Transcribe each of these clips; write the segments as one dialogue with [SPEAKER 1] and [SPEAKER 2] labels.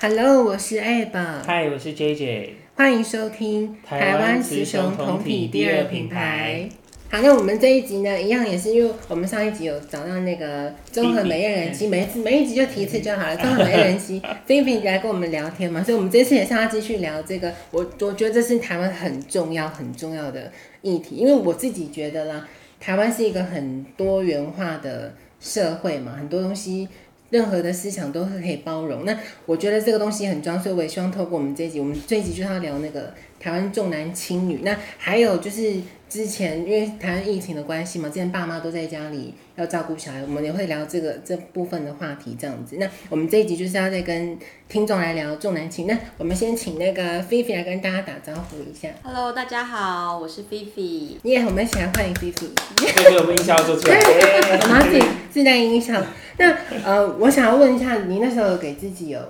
[SPEAKER 1] Hello，我是爱宝，
[SPEAKER 2] 嗨，我是 JJ。
[SPEAKER 1] 欢迎收听
[SPEAKER 2] 台湾雌雄同体第二品牌。
[SPEAKER 1] 好，那我们这一集呢，一样也是因为我们上一集有找到那个综合美艳人机，每一次每一集就提一次就好了。综合美艳人机菲菲来跟我们聊天嘛，所以我们这次也是要继续聊这个。我我觉得这是台湾很重要很重要的议题，因为我自己觉得啦，台湾是一个很多元化的社会嘛，很多东西。任何的思想都是可以包容。那我觉得这个东西很重要，所以我也希望透过我们这一集，我们这一集就是要聊那个台湾重男轻女。那还有就是之前因为台湾疫情的关系嘛，之前爸妈都在家里要照顾小孩，我们也会聊这个这部分的话题这样子。那我们这一集就是要再跟听众来聊重男轻。那我们先请那个菲菲来跟大家打招呼一下。
[SPEAKER 3] Hello，大家好，我是菲菲。
[SPEAKER 1] 耶、我们一起来欢迎菲菲。
[SPEAKER 2] 对对，我们营销做出 来。
[SPEAKER 1] 我们要自己自带音响。那呃，我想要问一下，你那时候有给自己有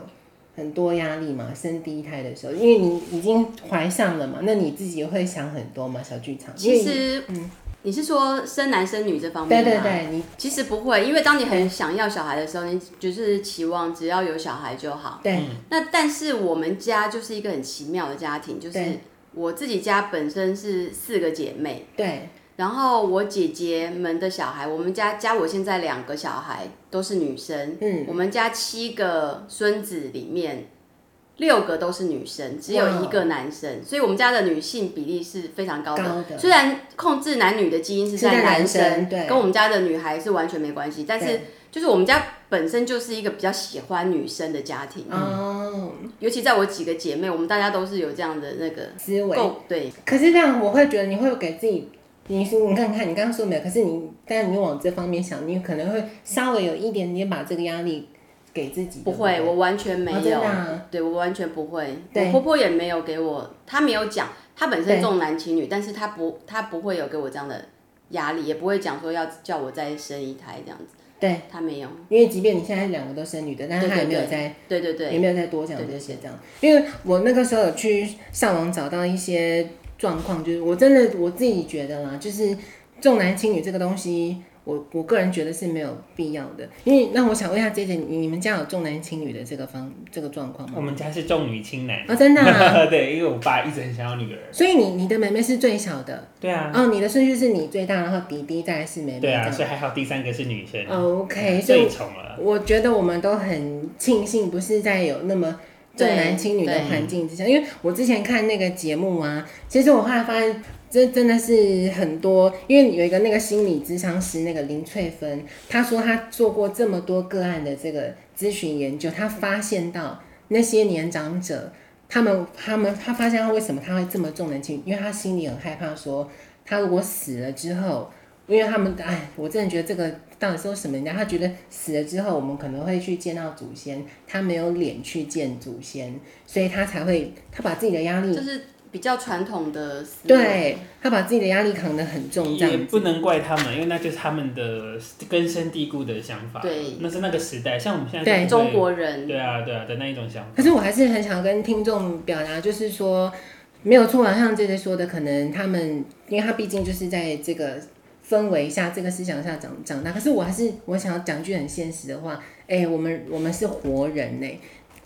[SPEAKER 1] 很多压力吗？生第一胎的时候，因为你已经怀上了嘛，那你自己会想很多吗？小剧场？
[SPEAKER 3] 其
[SPEAKER 1] 因为
[SPEAKER 3] 实，你是说生男生女这方
[SPEAKER 1] 你，
[SPEAKER 3] 面
[SPEAKER 1] 对
[SPEAKER 3] 吗？
[SPEAKER 1] 对对，你
[SPEAKER 3] 其实不会，因为当你很想要小孩的时候，你就是期望只要有小孩就好。
[SPEAKER 1] 对
[SPEAKER 3] 那但是我们家就是一个很奇妙的家庭，就是
[SPEAKER 1] 对
[SPEAKER 3] 我自己家本身是四个姐妹，
[SPEAKER 1] 对
[SPEAKER 3] 然后我姐姐们的小孩，我们家加我现在两个小孩都是女生，
[SPEAKER 1] 嗯
[SPEAKER 3] 我们家七个孙子里面。六个都是女生，只有一个男生，所以我们家的女性比例是非常高的。
[SPEAKER 1] 高的
[SPEAKER 3] 虽然控制男女的基因是
[SPEAKER 1] 是在
[SPEAKER 3] 在男生，
[SPEAKER 1] 男生对
[SPEAKER 3] 跟我们家的女孩是完全没关系，但是
[SPEAKER 1] 对
[SPEAKER 3] 就是我们家本身就是一个比较喜欢女生的家庭，
[SPEAKER 1] 哦，
[SPEAKER 3] 尤其在我几个姐妹，我们大家都是有这样的那个
[SPEAKER 1] 思维。
[SPEAKER 3] 够对，
[SPEAKER 1] 可是这样，我会觉得你会给自己。你是你看看，你刚刚说没有，可是你，但你往这方面想，你可能会稍微有一点点把这个压力给自己。
[SPEAKER 3] 不
[SPEAKER 1] 对
[SPEAKER 3] 会，我完全没
[SPEAKER 1] 哦真
[SPEAKER 3] 有，
[SPEAKER 1] 的啊
[SPEAKER 3] 呃对我完全不会，
[SPEAKER 1] 对
[SPEAKER 3] 我婆婆也没有给我，她没有讲，她本
[SPEAKER 1] 对
[SPEAKER 3] 身重男轻女，但是她不，她不会有给我这样的压力，也不会讲说要叫我再生一胎这样子，
[SPEAKER 1] 对，
[SPEAKER 3] 她没有，
[SPEAKER 1] 因为即便你现在两个都生女的，但是她也没有在
[SPEAKER 3] 嗯对对
[SPEAKER 1] 也
[SPEAKER 3] 对，
[SPEAKER 1] 没有再多讲这些这样。因为我那个时候有去上网找到一些状况，就是我真的我自己觉得啦，就是重男轻女这个东西，我我个人觉得是没有必要的。因为那我想问一下姐姐，你你们家有重男轻女的这个方这个状况吗？
[SPEAKER 2] 我们家是重女轻男。
[SPEAKER 1] 哦，真的、啊。
[SPEAKER 2] 对，因为我爸一直很想要女儿。
[SPEAKER 1] 所以你你的妹妹是最小的，
[SPEAKER 2] 对啊，
[SPEAKER 1] 哦，你的顺序是你最大，然后弟弟再来是妹妹，这
[SPEAKER 2] 对啊，
[SPEAKER 1] 样。
[SPEAKER 2] 所以还好第三个是嗯女生。
[SPEAKER 1] 哦
[SPEAKER 2] 啊
[SPEAKER 1] OK，所以
[SPEAKER 2] 最宠了。
[SPEAKER 1] 我觉得我们都很庆幸，不是在有那么重男轻女的环境之下，因为我之前看那个节目啊，其实我后来发现，这真的是很多，因为有一个那个心理咨商师那个林翠芬，她说她做过这么多个案的这个咨询研究，她发现到那些年长者，他们他们她发现他为什么他会这么重男轻女，因为他心里很害怕说，他如果死了之后。因为他们，哎，我真的觉得这个到底说什么人家？他觉得死了之后，我们可能会去见到祖先，他没有脸去见祖先，所以他才会，他把自己的压力，
[SPEAKER 3] 就是比较传统的思维，
[SPEAKER 1] 嗯对他把自己的压力扛得很重，这
[SPEAKER 2] 也
[SPEAKER 1] 样
[SPEAKER 2] 不
[SPEAKER 1] 子。
[SPEAKER 2] 能怪他们，因为那就是他们的根深蒂固的想法。
[SPEAKER 3] 对
[SPEAKER 2] 那是那个时代，像我们现在
[SPEAKER 1] 对
[SPEAKER 2] 就不会
[SPEAKER 3] 中。国人
[SPEAKER 2] 对啊，对啊的那一种想 法。
[SPEAKER 1] 可是我还是很想跟听众表达，就是说，没有错啊，像这些说的，可能他们，因为他毕竟就是在这个氛围下、这个思想下长长大。可是我还是我想要讲句很现实的话，哎、我们我们是活人呢、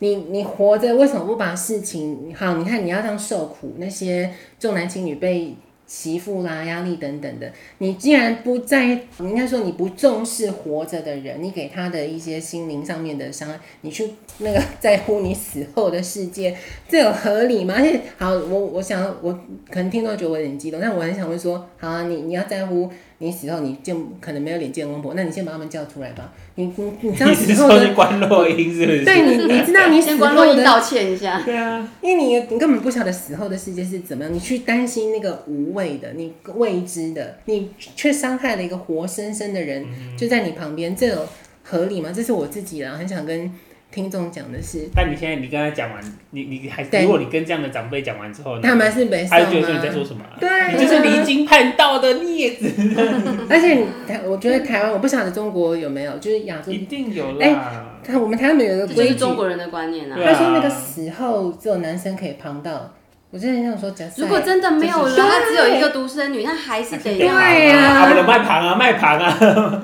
[SPEAKER 1] 你你活着为什么不把事情好？你看你要这样受苦，那些重男轻女被媳妇啦、压力等等的，你既然不在，你应该说你不重视活着的人，你给他的一些心灵上面的伤害，你去那个 在乎你死后的世界，这有合理吗？而且好，我我想要我可能听众觉得我有点激动，但我很想问说，好啊，你你要在乎你死后你见可能没有脸见公婆，那你先把他们叫出来吧。你你你知道
[SPEAKER 2] 你是
[SPEAKER 1] 死后的
[SPEAKER 2] 说是关洛音是不是？
[SPEAKER 1] 对你，你知道你死
[SPEAKER 3] 先
[SPEAKER 1] 后
[SPEAKER 3] 关洛英
[SPEAKER 1] 的，
[SPEAKER 3] 道歉一下，
[SPEAKER 2] 对啊，
[SPEAKER 1] 因为你你根本不晓得死后的世界是怎么样，你去担心那个无谓的、你未知的，你却伤害了一个活生生的人，
[SPEAKER 2] 嗯
[SPEAKER 1] 就在你旁边，这有合理吗？这是我自己啦，很想跟听众讲的是，
[SPEAKER 2] 但你现在你跟他讲完，你你还
[SPEAKER 1] 对
[SPEAKER 2] 如果你跟这样的长辈讲完之后，
[SPEAKER 1] 他们还是没
[SPEAKER 2] 嗯他
[SPEAKER 1] 上
[SPEAKER 2] 就觉得说你在
[SPEAKER 1] 吗？
[SPEAKER 2] 说什么啊、
[SPEAKER 1] 对
[SPEAKER 2] 你就是离经叛道的孽子，
[SPEAKER 1] 而且你台，我觉得台湾，我不晓得中国有没有，就是亚洲
[SPEAKER 2] 一，定有
[SPEAKER 3] 哎
[SPEAKER 2] 啦。
[SPEAKER 1] 看我们台湾有一个
[SPEAKER 3] 这就
[SPEAKER 1] 规
[SPEAKER 3] 是
[SPEAKER 1] 矩，
[SPEAKER 3] 中国人的观念啊。
[SPEAKER 2] 对
[SPEAKER 1] 他
[SPEAKER 2] 啊
[SPEAKER 1] 说那个死后只有男生可以旁到，我真的很想说，假设
[SPEAKER 3] 如果真的没有
[SPEAKER 1] 就是
[SPEAKER 3] 了，她只有一个独生女，那还是得
[SPEAKER 1] 对啊
[SPEAKER 2] 啊，我的卖旁啊，卖旁啊，啊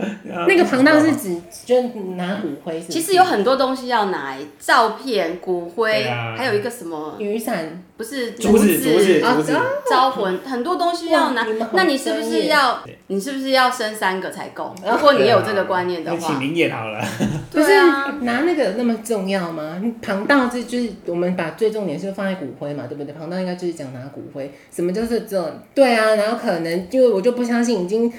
[SPEAKER 1] 那个旁 道是指就拿骨灰是不是
[SPEAKER 3] 其实有很多东西要拿，照片、骨灰，
[SPEAKER 2] 对啊
[SPEAKER 3] 还有一个什么，
[SPEAKER 1] 雨伞
[SPEAKER 3] 不是
[SPEAKER 2] 竹子竹子
[SPEAKER 1] 啊
[SPEAKER 4] 竹子，
[SPEAKER 3] 招魂，很多东西要拿
[SPEAKER 1] 哇你们好。
[SPEAKER 3] 那你是不
[SPEAKER 1] 专
[SPEAKER 3] 是
[SPEAKER 1] 业哦
[SPEAKER 3] 要
[SPEAKER 2] 对？
[SPEAKER 3] 你是不是要生三个才够？如果你有这个观念的
[SPEAKER 2] 那啊请
[SPEAKER 3] 话，
[SPEAKER 2] 您演好了。
[SPEAKER 1] 不是
[SPEAKER 3] 对啊，
[SPEAKER 1] 拿那个那么重要吗？旁道这就是我们把最重点是放在骨灰嘛，对不对？旁道应该就是讲拿骨灰，什么就是这种对啊，然后可能就我就不相信，已经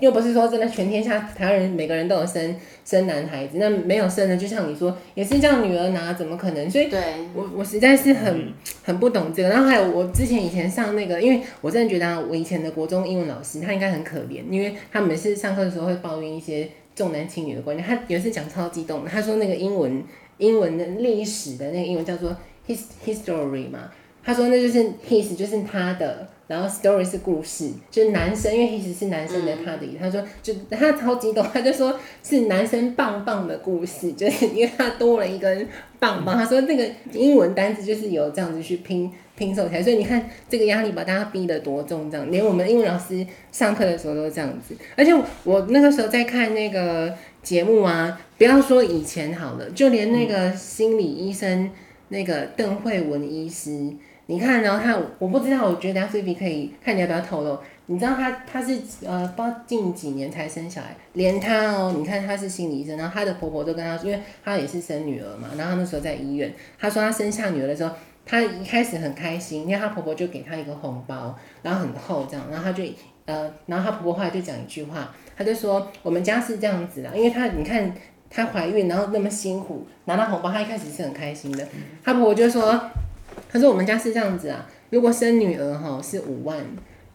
[SPEAKER 1] 又不是说真的全天下台湾人每个人都有生生男孩子，那没有生的，就像你说也是叫女儿拿，怎么可能？所以
[SPEAKER 3] 对，
[SPEAKER 1] 我我实在是很很不懂这个，然后还有我之前以前上那个，因为我真的觉得啊我以前的国中英文老师他应该很可怜，因为他每次上课的时候会抱怨一些重男轻女的观念。他有一次讲超激动的，他说那个英文英文的历史的那个英文叫做 his history 嘛，他说那就是 his 就是他的，然后 story 是故事，就是男生，因为 his 是男生的他的，他说就他超激动，他就说是男生棒棒的故事，就是因为他多了一根棒棒，他说那个英文单词就是有这样子去拼拼凑起来，所以你看这个压力把大家逼得多重，这样连我们英文老师上课的时候都这样子，而且我那个时候在看那个节目啊，不要说以前好了，就连那个心理医生。那个邓慧文医师，你看，然后他，我不知道，我觉得等下菲比可以看你要不要透露。你知道他他是呃，不知道近几年才生小孩，连他哦，你看他是心理医生，然后他的婆婆都跟他说，因为他也是生女儿嘛，然后他那时候在医院，他说他生下女儿的时候，他一开始很开心，因为他婆婆就给他一个红包，然后很厚这样，然后他就呃，然后他婆婆后来就讲一句话，他就说我们家是这样子的，啊因为他你看她怀孕，然后那么辛苦拿到红包，她一开始是很开心的。她婆婆就说：“她说我们家是这样子啊，如果生女儿哈是五万，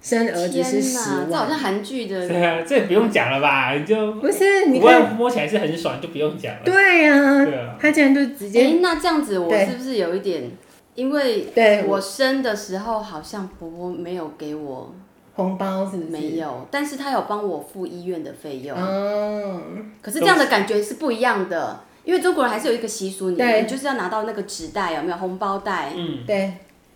[SPEAKER 1] 生儿子是
[SPEAKER 3] 天
[SPEAKER 1] 十
[SPEAKER 3] 哪，这好像
[SPEAKER 1] 万。
[SPEAKER 3] 韩剧的，
[SPEAKER 2] 对啊， 这不用讲了吧？你就”
[SPEAKER 1] 不是，你
[SPEAKER 2] 我
[SPEAKER 1] 看，
[SPEAKER 2] 摸起来是很爽，就不用讲了。
[SPEAKER 1] 对呀、
[SPEAKER 2] 对啊
[SPEAKER 1] 她竟然就直接、
[SPEAKER 3] 哎，那这样子我
[SPEAKER 1] 对
[SPEAKER 3] 是不是有一点？因为
[SPEAKER 1] 对
[SPEAKER 3] 我生的时候好像婆婆没有给我，
[SPEAKER 1] 红包是不是？
[SPEAKER 3] 没有，但是她有帮我付医院的费用。
[SPEAKER 1] 哦，
[SPEAKER 3] 可是这样的感觉是不一样的，因为中国人还是有一个习俗，你
[SPEAKER 1] 对
[SPEAKER 3] 你就是要拿到那个纸袋，有没有红包袋？
[SPEAKER 2] 嗯，
[SPEAKER 1] 对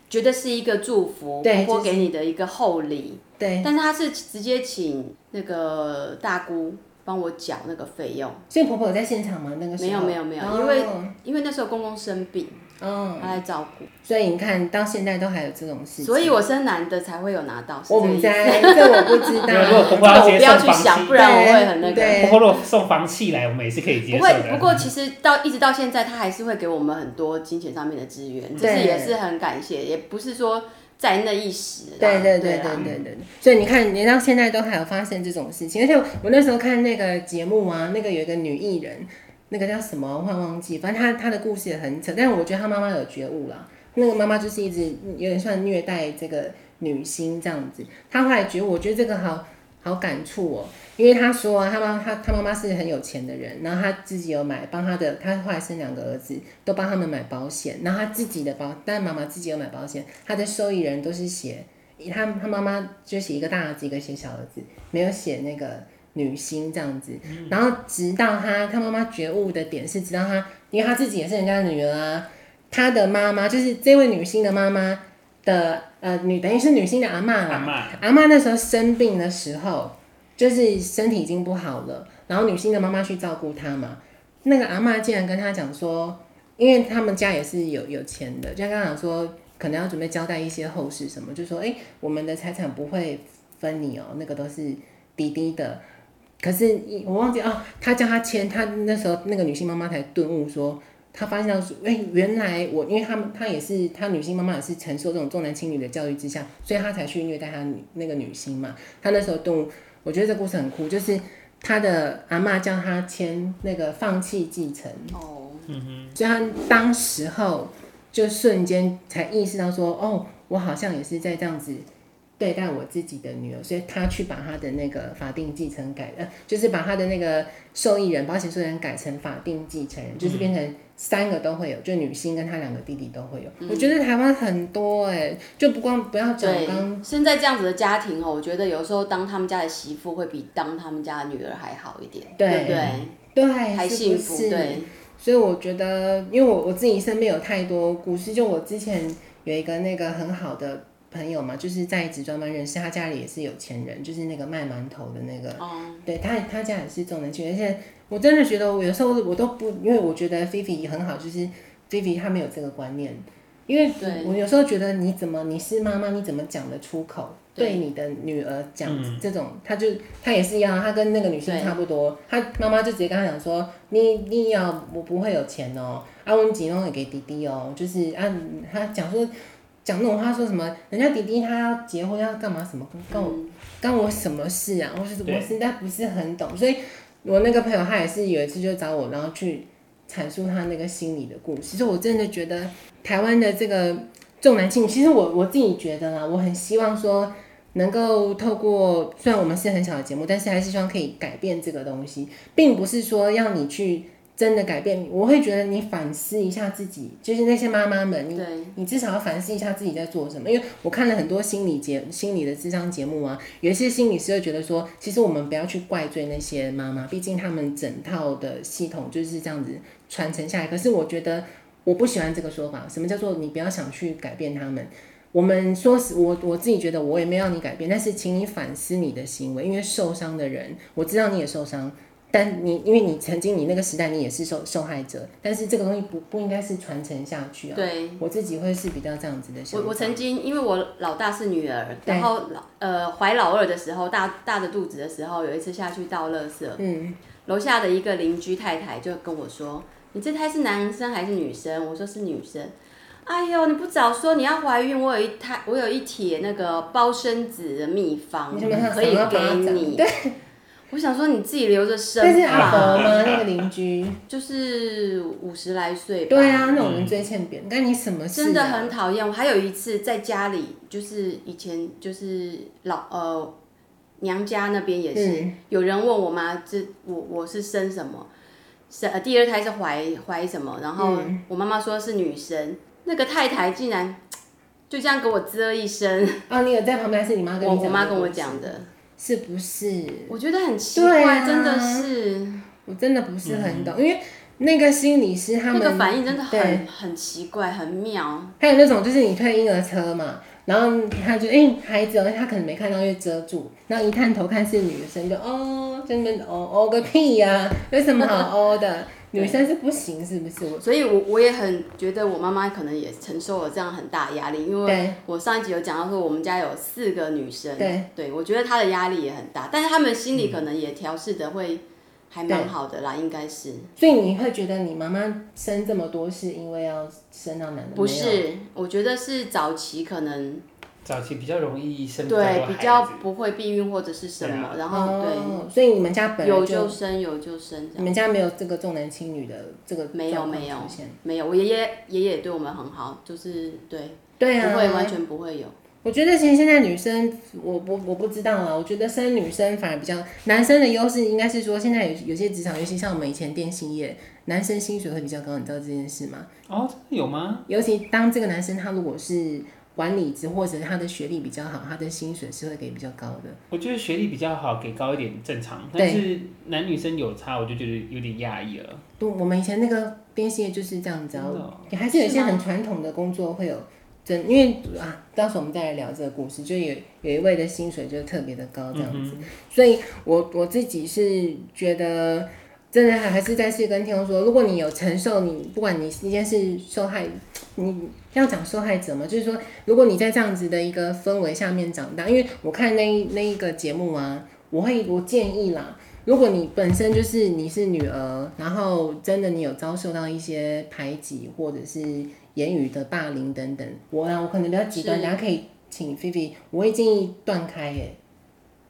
[SPEAKER 3] 觉得是一个祝福，
[SPEAKER 1] 对
[SPEAKER 3] 婆婆
[SPEAKER 1] 就是
[SPEAKER 3] 给你的一个厚礼。
[SPEAKER 1] 对，
[SPEAKER 3] 但是她是直接请那个大姑帮我缴那个费用，
[SPEAKER 1] 所以婆婆有在现场吗？那个时候
[SPEAKER 3] 没有没有没有
[SPEAKER 1] 哦
[SPEAKER 3] 因为因为那时候公公生病，
[SPEAKER 1] 哦，
[SPEAKER 3] 她来照顾，
[SPEAKER 1] 所以你看到现在都还有这种事情，
[SPEAKER 3] 所以我生男的才会有拿到。是
[SPEAKER 1] 我
[SPEAKER 3] 这个
[SPEAKER 1] 们
[SPEAKER 3] 意思。
[SPEAKER 1] 在这我不知
[SPEAKER 2] 没有如果
[SPEAKER 1] 道。
[SPEAKER 2] 婆
[SPEAKER 3] 这
[SPEAKER 2] 婆要
[SPEAKER 3] 个我
[SPEAKER 2] 接
[SPEAKER 3] 不要
[SPEAKER 2] 送
[SPEAKER 3] 去
[SPEAKER 2] 房
[SPEAKER 3] 想，
[SPEAKER 2] 契，
[SPEAKER 3] 不然我会很那个。
[SPEAKER 1] 对
[SPEAKER 2] 婆婆如果送房契来，我们也是可以接
[SPEAKER 3] 不
[SPEAKER 2] 受
[SPEAKER 3] 会，不
[SPEAKER 2] 的。
[SPEAKER 3] 过其实到一直到现在，她还是会给我们很多金钱上面的支援，这是
[SPEAKER 1] 对
[SPEAKER 3] 也是很感谢，也不是说在那一时啦。啊
[SPEAKER 1] 对对对
[SPEAKER 3] 啦
[SPEAKER 1] 对对对，所以你看，连到现在都还有发生这种事情。而且我那时候看那个节目啊，那个有一个女艺人，那个叫什么，我忽然忘记，反正她她的故事也很扯，但是我觉得她妈妈有觉悟啦。那个妈妈就是一直有点算虐待这个女星这样子，她后来觉得，我觉得这个好好感触哦，因为她说啊，她妈她她妈妈是很有钱的人，然后她自己有买帮她的，她后来生两个儿子，都帮他们买保险，然后她自己的保，但妈妈自己有买保险，她的受益人都是写他他妈妈就写一个大儿子，一个写小儿子，没有写那个女星这样子。然后直到他他妈妈觉悟的点是，直到他，因为他自己也是人家的女儿啊，他的妈妈就是这位女星的妈妈的呃女，等于是女星的阿嬷啦
[SPEAKER 2] 阿。妈，
[SPEAKER 1] 阿妈那时候生病的时候，就是身体已经不好了，然后女性的妈妈去照顾她嘛。那个阿妈竟然跟她讲说，因为他们家也是有有钱的，就跟她讲说，可能要准备交代一些后事什么，就说，哎、我们的财产不会分你哦、那个都是滴滴的。可是一我忘记哦，她叫她签，她那时候那个女性妈妈才顿悟说。她发现到说，哎、原来我，因为他们，她也是，她女性妈妈也是承受这种重男轻女的教育之下，所以她才去虐待她女那个女星嘛。她那时候动物，我觉得这故事很酷，就是她的阿嬷叫她签那个放弃继承，
[SPEAKER 3] 哦，
[SPEAKER 1] 所以她当时候就瞬间才意识到说，哦，我好像也是在这样子对待我自己的女儿，所以她去把她的那个法定继承改，呃，就是把她的那个受益人、保险受益人改成法定继承人，就是变成三个都会有，就女性跟她两个弟弟都会有。
[SPEAKER 3] 嗯
[SPEAKER 1] 我觉得台湾很多哎、就不光不要讲
[SPEAKER 3] 对
[SPEAKER 1] 刚。，
[SPEAKER 3] 现在这样子的家庭哦，我觉得有时候当他们家的媳妇会比当他们家的女儿还好一点，
[SPEAKER 1] 对
[SPEAKER 3] 对不对？
[SPEAKER 1] 对，
[SPEAKER 3] 还
[SPEAKER 1] 是
[SPEAKER 3] 幸
[SPEAKER 1] 不
[SPEAKER 3] 福，
[SPEAKER 1] 是
[SPEAKER 3] 对，
[SPEAKER 1] 所以我觉得，因为我我自己身边有太多故事，就我之前有一个那个很好的朋友嘛，就是在职专班认识，他家里也是有钱人，就是那个卖馒头的那个，
[SPEAKER 3] 哦，
[SPEAKER 1] 对他他家也是重男轻女，而且我真的觉得我有时候我都不，因为我觉得菲菲很好，就是菲菲她没有这个观念，因为
[SPEAKER 3] 对
[SPEAKER 1] 我有时候觉得你怎么你是妈妈，你怎么讲得出口？
[SPEAKER 3] 对
[SPEAKER 1] 对你的女儿讲
[SPEAKER 2] 嗯
[SPEAKER 1] 这种，她就她也是一样，她跟那个女生
[SPEAKER 3] 对
[SPEAKER 1] 差不多，她妈妈就直接跟她讲说，你你要我不会有钱哦，啊，我们只弄也给弟弟哦，就是啊，她讲说讲那种话说什么，人家弟弟他要结婚要干嘛什么，跟我
[SPEAKER 3] 嗯
[SPEAKER 1] 干我什么事啊？我就是
[SPEAKER 2] 对
[SPEAKER 1] 我实在不是很懂，所以我那个朋友他也是有一次就找我，然后去阐述他那个心理的故事。其实我真的觉得台湾的这个重男轻女，其实我我自己觉得啦，我很希望说能够透过虽然我们是很小的节目，但是还是希望可以改变这个东西，并不是说要你去真的改变。我会觉得你反思一下自己，就是那些妈妈们，你
[SPEAKER 3] 对，
[SPEAKER 1] 你至少要反思一下自己在做什么，因为我看了很多心理节、心理的智商节目啊，有一些心理师会觉得说，其实我们不要去怪罪那些妈妈，毕竟他们整套的系统就是这样子传承下来。可是我觉得我不喜欢这个说法，什么叫做你不要想去改变他们？我们说是我我自己觉得我也没有让你改变，但是请你反思你的行为，因为受伤的人，我知道你也受伤，但你因为你曾经你那个时代你也是受受害者，但是这个东西不不应该是传承下去啊。
[SPEAKER 3] 对。
[SPEAKER 1] 我自己会是比较这样子的想
[SPEAKER 3] 我
[SPEAKER 1] 法。
[SPEAKER 3] 我曾经因为我老大是女儿，
[SPEAKER 1] 对
[SPEAKER 3] 然后老呃怀老二的时候，大大着肚子的时候，有一次下去倒垃圾，
[SPEAKER 1] 嗯，
[SPEAKER 3] 楼下的一个邻居太太就跟我说：“你这胎是男生还是女生？”我说是女生。哎呦，你不早说你要怀孕，我有一胎，我有一帖那个包生子的秘方
[SPEAKER 1] 你什么时候
[SPEAKER 3] 可以
[SPEAKER 1] 想要
[SPEAKER 3] 给
[SPEAKER 1] 把它讲
[SPEAKER 3] 你。
[SPEAKER 1] 对，
[SPEAKER 3] 我想说你自己留着生
[SPEAKER 1] 但是阿
[SPEAKER 3] 吧，
[SPEAKER 1] 伯吗？那个邻居，
[SPEAKER 3] 就是五十来岁吧。嗯
[SPEAKER 1] 对啊，那种人最欠扁，干你什么事、啊？
[SPEAKER 3] 真的很讨厌。我还有一次在家里，就是以前就是老呃娘家那边也是，
[SPEAKER 1] 嗯
[SPEAKER 3] 有人问我妈这我我是生什么，生呃第二胎是怀怀什么，然后
[SPEAKER 1] 嗯
[SPEAKER 3] 我妈妈说是女生，那个太太竟然就这样给我啧一声，
[SPEAKER 1] 啊，你有在旁边，还是你妈跟
[SPEAKER 3] 我
[SPEAKER 1] 你讲？
[SPEAKER 3] 我妈跟我讲，的，
[SPEAKER 1] 是不是？
[SPEAKER 3] 我觉得很奇
[SPEAKER 1] 对
[SPEAKER 3] 怪，
[SPEAKER 1] 啊
[SPEAKER 3] 真的是
[SPEAKER 1] 我真的不是很懂，因为那个心理师他
[SPEAKER 3] 嗯那
[SPEAKER 1] 们
[SPEAKER 3] 个反应真的
[SPEAKER 1] 对
[SPEAKER 3] 很很奇怪，很妙。
[SPEAKER 1] 还有那种就是你推婴儿车嘛，然后他就哎、诶孩子哦，他可能没看到，因为遮住，然后一探头看是女生就哦，在那边哦哦个屁呀、有什么好哦 的？女生是不行，是不是？我
[SPEAKER 3] 所以我，我也很觉得我妈妈可能也承受了这样很大的压力，因为
[SPEAKER 1] 对
[SPEAKER 3] 我上一集有讲到说我们家有四个女生，
[SPEAKER 1] 对，
[SPEAKER 3] 我觉得她的压力也很大，但是她们心里可能也调试的会还蛮好的啦，应该是
[SPEAKER 1] 所以你会觉得你妈妈生这么多是因为要生到男的？
[SPEAKER 3] 不
[SPEAKER 1] 没有？
[SPEAKER 3] 是？我觉得是早期可能
[SPEAKER 2] 早期比较容易生比较多
[SPEAKER 3] 对
[SPEAKER 2] 孩
[SPEAKER 3] 比
[SPEAKER 2] 子啊
[SPEAKER 3] 较不会避孕或者是什么，然后对
[SPEAKER 1] 哦，所以你们家本来
[SPEAKER 3] 有
[SPEAKER 1] 就
[SPEAKER 3] 就生有就生这
[SPEAKER 1] 你
[SPEAKER 3] 样，
[SPEAKER 1] 们家没有这个重男轻女的这个
[SPEAKER 3] 没有
[SPEAKER 1] 状况
[SPEAKER 3] 没有
[SPEAKER 1] 出现
[SPEAKER 3] 没有，我爷爷爷爷对我们很好，就是对，
[SPEAKER 1] 对啊，
[SPEAKER 3] 不会完全不会有，
[SPEAKER 1] 我觉得其实现在女生，我我我不知道啊。我觉得生女生反而比较，男生的优势应该是说，现在有有些职场，尤其像我们以前电信业，男生薪水会比较高，你知道这件事吗？
[SPEAKER 2] 哦，真的有吗？
[SPEAKER 1] 尤其当这个男生他如果是管理职或者他的学历比较好，他的薪水是会给比较高的。
[SPEAKER 2] 我觉得学历比较好，给高一点正常，
[SPEAKER 1] 对
[SPEAKER 2] 但是男女生有差，我就觉得有点压抑了。
[SPEAKER 1] 对，我们以前那个电信业就是这样子啊
[SPEAKER 2] 真的哦，
[SPEAKER 1] 也还是有一些
[SPEAKER 3] 是吗
[SPEAKER 1] 很传统的工作会有真，因为啊，到时候我们再来聊这个故事，就有有一位的薪水就是特别的高这样子，所以我我自己是觉得。真的还还是再次跟听众说，如果你有承受你，不管你今天是受害，你要讲受害者嘛，就是说，如果你在这样子的一个氛围下面长大，因为我看那一那一个节目啊，我会我建议啦，如果你本身就是你是女儿，然后真的你有遭受到一些排挤或者是言语的霸凌等等，我啊，我可能比较极端，
[SPEAKER 3] 是
[SPEAKER 1] 大家可以请菲菲，我会建议断开耶，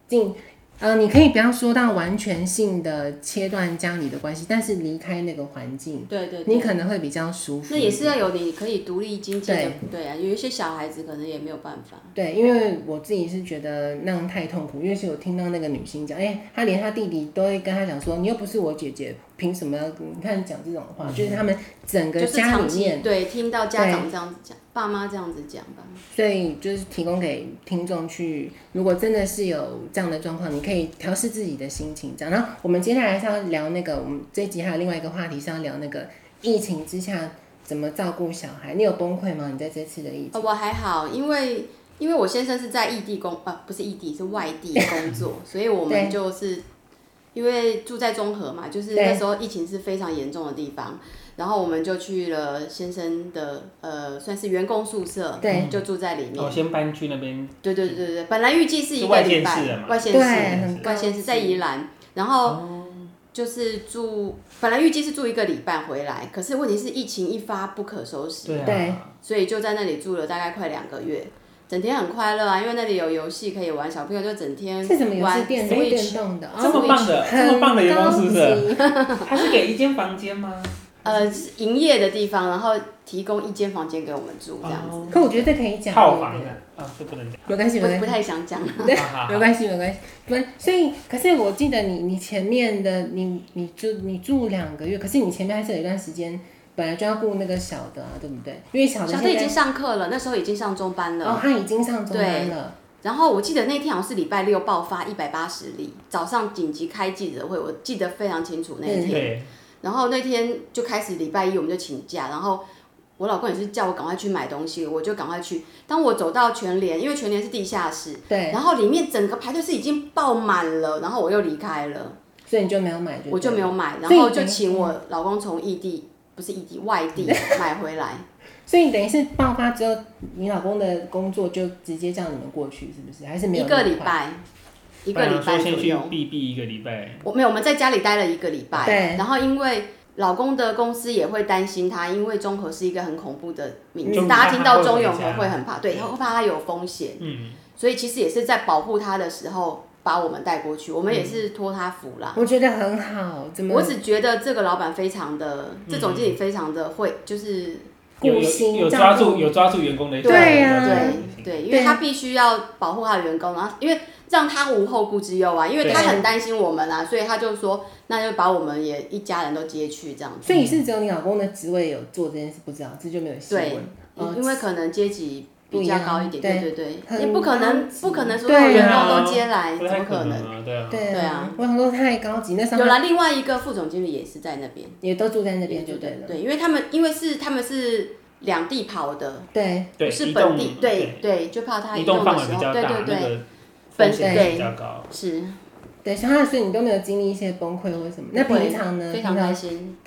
[SPEAKER 1] 进。呃，你可以不要说到完全性的切断家里的关系，但是离开那个环境，
[SPEAKER 3] 对对对
[SPEAKER 1] 你。可能会比较舒服。
[SPEAKER 3] 那也是要有你可以独立经济的
[SPEAKER 1] 对，
[SPEAKER 3] 对啊，有一些小孩子可能也没有办法，
[SPEAKER 1] 对，因为我自己是觉得那样太痛苦，因为是我听到那个女星讲，哎、她连她弟弟都会跟她讲说，你又不是我姐姐，凭什么要你看讲这种话？就是他们整
[SPEAKER 3] 就
[SPEAKER 1] 个
[SPEAKER 3] 是
[SPEAKER 1] 家
[SPEAKER 3] 长
[SPEAKER 1] 里面
[SPEAKER 3] 期，对听到家长这样子讲，爸妈这样子讲吧，
[SPEAKER 1] 所以就是提供给听众去，如果真的是有这样的状况，你可以调试自己的心情。这样，然后我们接下来是要聊那个，我们这一集还有另外一个话题是要聊那个疫情之下怎么照顾小孩。你有崩溃吗？你在这次的疫情？
[SPEAKER 3] 哦，我还好，因为因为我先生是在异地工，呃，不是异地，是外地工作，所以我们就是因为住在中和嘛，就是那
[SPEAKER 1] 对
[SPEAKER 3] 时候疫情是非常严重的地方，然后我们就去了先生的呃，算是员工宿舍，
[SPEAKER 1] 对，
[SPEAKER 3] 就住在里面。
[SPEAKER 2] 我哦先搬去那边，
[SPEAKER 3] 对对对对对，本来预计是一
[SPEAKER 2] 是
[SPEAKER 3] 个
[SPEAKER 2] 外
[SPEAKER 3] 礼
[SPEAKER 2] 县
[SPEAKER 3] 拜
[SPEAKER 2] 市的，嘛
[SPEAKER 3] 外县
[SPEAKER 1] 对，
[SPEAKER 3] 市，
[SPEAKER 1] 很高
[SPEAKER 3] 外县市在宜兰，然后
[SPEAKER 1] 哦
[SPEAKER 3] 就是住，本来预计是住一个礼拜回来，可是问题是疫情一发不可收拾，
[SPEAKER 2] 对啊，
[SPEAKER 1] 对
[SPEAKER 3] 所以就在那里住了大概快两个月，整天很快乐啊，因为那里有游戏可以玩，小朋友就整天
[SPEAKER 1] 是什么游戏
[SPEAKER 3] 玩
[SPEAKER 1] 电
[SPEAKER 3] 所以
[SPEAKER 1] 电动的？哦
[SPEAKER 2] 这么棒的，这么棒的员工宿舍，
[SPEAKER 1] 很高级
[SPEAKER 2] 他是给一间房间吗？
[SPEAKER 3] 呃是营业的地方，然后提供一间房间给我们住这样子，
[SPEAKER 2] 哦
[SPEAKER 1] 可我觉得这可以讲，
[SPEAKER 2] 套房的啊，这不能啊
[SPEAKER 1] 没关系，没
[SPEAKER 3] 不
[SPEAKER 1] 关
[SPEAKER 3] 不
[SPEAKER 1] 系。
[SPEAKER 3] 太想讲。
[SPEAKER 2] 讲。 好好
[SPEAKER 1] 没关系，没关系。不，所以可是我记得你，你前面的你，你住你住两个月，可是你前面还是有一段时间，本来就要顾那个小的啊，对不对？因为小的
[SPEAKER 3] 小
[SPEAKER 1] 现
[SPEAKER 3] 的已
[SPEAKER 1] 在
[SPEAKER 3] 经上课了，那时候已经上中班了。
[SPEAKER 1] 哦，他已经上中班了，
[SPEAKER 3] 然后我记得那天好像是礼拜六爆发一百八十例，早上紧急开记者会，我记得非常清楚那一天。
[SPEAKER 2] 对，
[SPEAKER 3] 然后那天就开始礼拜一我们就请假，然后我老公也是叫我赶快去买东西，我就赶快去。当我走到全联，因为全联是地下室，
[SPEAKER 1] 对，
[SPEAKER 3] 然后里面整个排队是已经爆满了，然后我又离开了，
[SPEAKER 1] 所以你就没有买，对
[SPEAKER 3] 我
[SPEAKER 1] 不对
[SPEAKER 3] 就没有买，然
[SPEAKER 1] 所以
[SPEAKER 3] 后
[SPEAKER 1] 你
[SPEAKER 3] 就请我老公从异地，不是异地，外地 买回来。
[SPEAKER 1] 所以你等于是爆发之后，你老公的工作就直接叫你们过去，是不是？还是没有
[SPEAKER 3] 一个
[SPEAKER 1] 那么
[SPEAKER 3] 礼
[SPEAKER 1] 快？
[SPEAKER 3] 拜，一个
[SPEAKER 2] 本来
[SPEAKER 3] 礼
[SPEAKER 2] 说
[SPEAKER 3] 拜左
[SPEAKER 2] 先去
[SPEAKER 3] 右。
[SPEAKER 2] 避避一个礼拜，
[SPEAKER 3] 我没有，我们在家里待了一个礼拜。啊
[SPEAKER 1] 对
[SPEAKER 3] 然后因为老公的公司也会担心他，因为中和是一个很恐怖的名字，
[SPEAKER 2] 嗯
[SPEAKER 3] 大家听到
[SPEAKER 2] 中
[SPEAKER 3] 中
[SPEAKER 2] 和
[SPEAKER 3] 永
[SPEAKER 2] 这
[SPEAKER 3] 和
[SPEAKER 2] 样
[SPEAKER 3] 会很怕，对，他会怕他有风险，
[SPEAKER 2] 嗯，
[SPEAKER 3] 所以其实也是在保护他的时候把我们带过去，我们也是托他福啦。
[SPEAKER 1] 我觉得很好，怎
[SPEAKER 3] 我
[SPEAKER 1] 么
[SPEAKER 3] 只觉得这个老板非常的，这总经理非常的会，就是
[SPEAKER 2] 有
[SPEAKER 1] 顾
[SPEAKER 2] 有
[SPEAKER 1] 心
[SPEAKER 2] 有
[SPEAKER 1] 照
[SPEAKER 2] 抓
[SPEAKER 1] 顾
[SPEAKER 2] 住有抓住员工的
[SPEAKER 1] 对啊
[SPEAKER 3] 对对，因为
[SPEAKER 1] 对
[SPEAKER 3] 他必须要保护他的员工，然后因为让他无后顾之忧啊，因为他
[SPEAKER 1] 对
[SPEAKER 3] 很担心我们啊，所以他就说，那就把我们也一家人都接去这样子。
[SPEAKER 1] 所以是只有你老公的职位有做这件事，不知道这就没有新闻
[SPEAKER 3] 对。
[SPEAKER 1] 哦
[SPEAKER 3] 因为可能阶级比较高一点，
[SPEAKER 1] 不一样
[SPEAKER 3] 对对对，
[SPEAKER 1] 很
[SPEAKER 3] 也不可能
[SPEAKER 1] 高级啊
[SPEAKER 3] 不可能所有员工都接来，
[SPEAKER 2] 不
[SPEAKER 3] 怎
[SPEAKER 2] 太
[SPEAKER 3] 么可能？
[SPEAKER 2] 能啊，对啊，
[SPEAKER 1] 对
[SPEAKER 3] 对
[SPEAKER 1] 啊
[SPEAKER 3] 啊，
[SPEAKER 1] 我想说太高级，那时候
[SPEAKER 3] 有啦，另外一个副总经理也是在那边，
[SPEAKER 1] 也都住在那边
[SPEAKER 3] 也
[SPEAKER 1] 就
[SPEAKER 3] 住在
[SPEAKER 1] 对了。
[SPEAKER 3] 对，因为他们因为是他们是两地跑的，
[SPEAKER 1] 对，
[SPEAKER 2] 对，
[SPEAKER 3] 不是
[SPEAKER 2] 移
[SPEAKER 3] 本
[SPEAKER 2] 动
[SPEAKER 3] 地，对对，就怕他
[SPEAKER 2] 移
[SPEAKER 3] 移
[SPEAKER 2] 动
[SPEAKER 3] 动
[SPEAKER 2] 范
[SPEAKER 3] 的
[SPEAKER 2] 围
[SPEAKER 3] 时
[SPEAKER 2] 比
[SPEAKER 3] 候，
[SPEAKER 2] 较
[SPEAKER 3] 对
[SPEAKER 2] 大，哦
[SPEAKER 3] 对
[SPEAKER 2] 那
[SPEAKER 3] 对，
[SPEAKER 2] 个风险
[SPEAKER 1] 对
[SPEAKER 2] 比较高，
[SPEAKER 3] 是
[SPEAKER 1] 对，所以所以你都没有经历一些崩溃或什么。那平常呢？
[SPEAKER 3] 非常
[SPEAKER 1] 平常
[SPEAKER 3] 开心。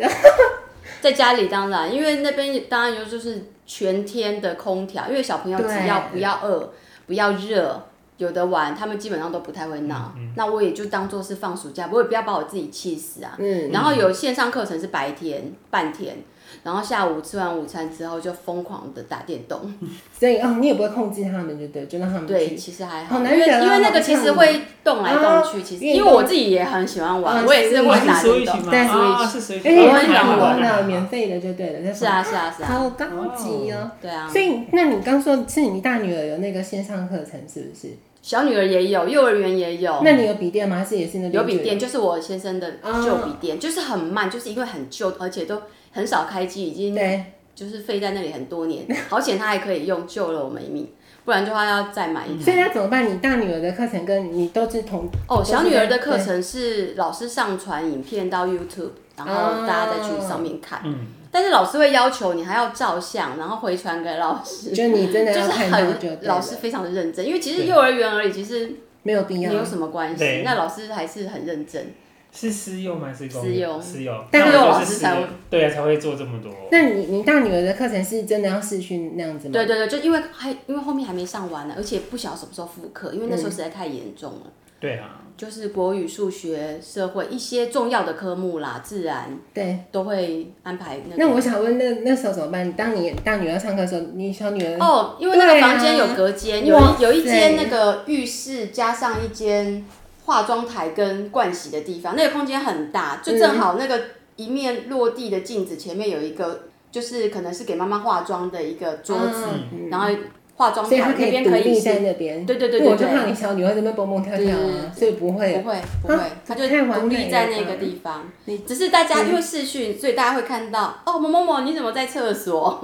[SPEAKER 3] 在家里当然，因为那边当然有就是全天的空调，因为小朋友只要
[SPEAKER 1] 对
[SPEAKER 3] 不要饿、不要热，有的玩，他们基本上都不太会闹。那我也就当做是放暑假，我也不要把我自己气死啊。
[SPEAKER 1] 嗯，
[SPEAKER 3] 然后有线上课程是白天半天，然后下午吃完午餐之后就疯狂的打电动。
[SPEAKER 1] 所以哦，你也不会控制他们，就对，就让他们
[SPEAKER 3] 对，
[SPEAKER 1] 去。
[SPEAKER 3] 其实还
[SPEAKER 1] 好
[SPEAKER 3] 好，因
[SPEAKER 1] 难
[SPEAKER 3] 为
[SPEAKER 1] 得啊
[SPEAKER 3] 因为那
[SPEAKER 1] 好
[SPEAKER 3] 个其实
[SPEAKER 1] 像
[SPEAKER 3] 会动来动去，
[SPEAKER 1] 啊
[SPEAKER 3] 其实
[SPEAKER 1] 运
[SPEAKER 3] 因为
[SPEAKER 1] 动
[SPEAKER 3] 我自己也很喜欢玩，
[SPEAKER 1] 啊
[SPEAKER 3] 我也是
[SPEAKER 1] 对
[SPEAKER 3] 会
[SPEAKER 1] 我
[SPEAKER 2] 哇
[SPEAKER 3] 打
[SPEAKER 2] 哎是
[SPEAKER 3] 电
[SPEAKER 2] Switch
[SPEAKER 3] 动。
[SPEAKER 2] 吗？
[SPEAKER 1] 对哎
[SPEAKER 2] 啊，
[SPEAKER 3] Switch
[SPEAKER 2] 是 Switch，
[SPEAKER 1] 而且
[SPEAKER 3] 我
[SPEAKER 1] 还
[SPEAKER 3] 很喜欢
[SPEAKER 1] 老
[SPEAKER 3] 玩
[SPEAKER 1] 公的啊免费的就对了，那
[SPEAKER 3] 是啊是啊是啊，
[SPEAKER 1] 好高级哦。
[SPEAKER 3] 对啊。
[SPEAKER 1] 所以，那你刚说是你大女儿有那个线上课程，是不是？
[SPEAKER 3] 小女儿也有，幼儿园也有，
[SPEAKER 1] 那你有笔电吗？还是也是那边
[SPEAKER 3] 有笔
[SPEAKER 1] 就
[SPEAKER 3] 电，？就是我先生的
[SPEAKER 1] 哦
[SPEAKER 3] 旧笔电，就是很慢，就是因为很旧，而且都很少开机，已经
[SPEAKER 1] 对，
[SPEAKER 3] 就是废在那里很多 年。好险他还可以用，救了我们一命，不然的话要再买一台。
[SPEAKER 1] 所以那怎么办？你大女儿的课程跟你都是同
[SPEAKER 3] 哦，小女儿的课程是老师上传影片到 YouTube，然
[SPEAKER 1] 啊
[SPEAKER 3] 后大家再去上面看。
[SPEAKER 2] 嗯，
[SPEAKER 3] 但是老师会要求你还要照相，然后回传给老师，
[SPEAKER 1] 就你真的
[SPEAKER 3] 就
[SPEAKER 1] 要
[SPEAKER 3] 是
[SPEAKER 1] 看到就
[SPEAKER 3] 很
[SPEAKER 1] 对
[SPEAKER 3] 老
[SPEAKER 1] 了
[SPEAKER 3] 师非常的认真，因为其实
[SPEAKER 2] 对
[SPEAKER 3] 幼儿园而已，其实
[SPEAKER 1] 没有必
[SPEAKER 3] 没
[SPEAKER 1] 要，
[SPEAKER 3] 有什么关系
[SPEAKER 2] 对。
[SPEAKER 3] 那老师还是很认真。
[SPEAKER 2] 是私幼吗？还是公
[SPEAKER 3] 私幼
[SPEAKER 2] 私幼，
[SPEAKER 1] 但
[SPEAKER 2] 那我
[SPEAKER 3] 老
[SPEAKER 2] 就
[SPEAKER 3] 师
[SPEAKER 2] 是私
[SPEAKER 3] 才
[SPEAKER 2] 幼对啊，才会做这么多。
[SPEAKER 1] 那你你大女儿的课程是真的要试训那样子吗？
[SPEAKER 3] 对对对，就因为还因为后面还没上完呢，而且不晓得什么时候复课，因为那时候实在太严重
[SPEAKER 1] 嗯
[SPEAKER 3] 了，
[SPEAKER 2] 对啊，
[SPEAKER 3] 就是国语、数学、社会一些重要的科目啦，自然
[SPEAKER 1] 对。
[SPEAKER 3] 都会安排那个。
[SPEAKER 1] 那我想问，那那时候怎么办？当你大女儿上课的时候，你小女儿
[SPEAKER 3] 哦，因为那个
[SPEAKER 1] 对啊
[SPEAKER 3] 房间有隔间，有
[SPEAKER 1] 哇
[SPEAKER 3] 一有一间
[SPEAKER 1] 塞
[SPEAKER 3] 那个浴室加上一间化妆台跟盥洗的地方，那个空间很大，
[SPEAKER 1] 嗯
[SPEAKER 3] 就正好那个一面落地的镜子前面有一个，就是可能是给妈妈化妆的一个桌子，
[SPEAKER 1] 嗯
[SPEAKER 3] 然后化妆
[SPEAKER 1] 所以她
[SPEAKER 3] 台
[SPEAKER 1] 可
[SPEAKER 3] 那
[SPEAKER 1] 以
[SPEAKER 3] 边
[SPEAKER 1] 独
[SPEAKER 3] 可以
[SPEAKER 1] 立
[SPEAKER 3] 是
[SPEAKER 1] 在那边。
[SPEAKER 3] 对对对
[SPEAKER 1] 因为我
[SPEAKER 3] 对
[SPEAKER 1] 就
[SPEAKER 3] 对
[SPEAKER 1] 怕你小女儿在那边蹦蹦跳跳啊，所以不会。啊
[SPEAKER 3] 不会不会，他就独立在那
[SPEAKER 1] 嗯
[SPEAKER 3] 个地方。只是大家因为视讯，所以大家会看到哦，某某某，你怎么在厕所？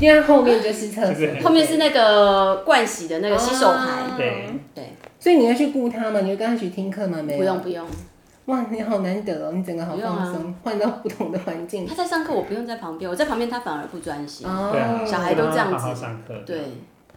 [SPEAKER 1] 因为她后面就是厕所
[SPEAKER 2] 对，
[SPEAKER 3] 后面是那个盥洗的那个洗手台。
[SPEAKER 1] 哦
[SPEAKER 2] 对，
[SPEAKER 3] 对，
[SPEAKER 1] 所以你要去顾她吗？你会跟她一起听课吗？没有。
[SPEAKER 3] 不用。不用，
[SPEAKER 1] 哇，你好难得哦，你整个好
[SPEAKER 3] 不用啊
[SPEAKER 1] 放松，换到不同的环境。
[SPEAKER 3] 他在上课，我不用在旁边，我在旁边他反而不专心。
[SPEAKER 1] 哦
[SPEAKER 2] 对啊，
[SPEAKER 3] 小孩都这样子
[SPEAKER 2] 好好上课。
[SPEAKER 3] 对，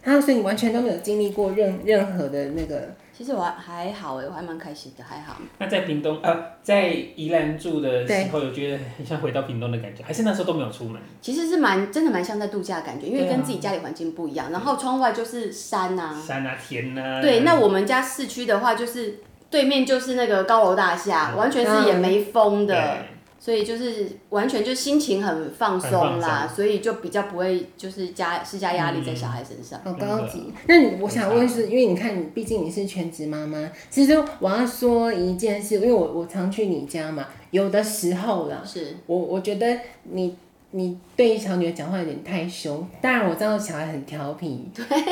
[SPEAKER 1] 他所以你完全都没有经历过任任何的那个，
[SPEAKER 3] 其实我还好哎，我还蛮开心的，还好。
[SPEAKER 2] 那在屏东啊，在宜兰住的时候，有觉得很像回到屏东的感觉，还是那时候都没有出门？
[SPEAKER 3] 其实是蛮真的蛮像在度假的感觉，因为
[SPEAKER 2] 对啊
[SPEAKER 3] 跟自己家里环境不一样，然后窗外就是山呐、
[SPEAKER 2] 山啊，田啊。
[SPEAKER 3] 对，那我们家市区的话，就是对面就是那个高楼大
[SPEAKER 2] 嗯
[SPEAKER 3] 厦，完全是也没风的，
[SPEAKER 2] 对
[SPEAKER 3] 所以就是完全就心情很放松啦，所以就比较不会就是加施加压力在小孩身上。
[SPEAKER 1] 好哦高级。那你我想问是，因为你看你毕竟你是全职妈妈，其实我要说一件事，因为我我常去你家嘛，有的时候啦，
[SPEAKER 3] 是，
[SPEAKER 1] 我我觉得你你对小女儿讲话有点太凶，当然我知道小孩很调皮，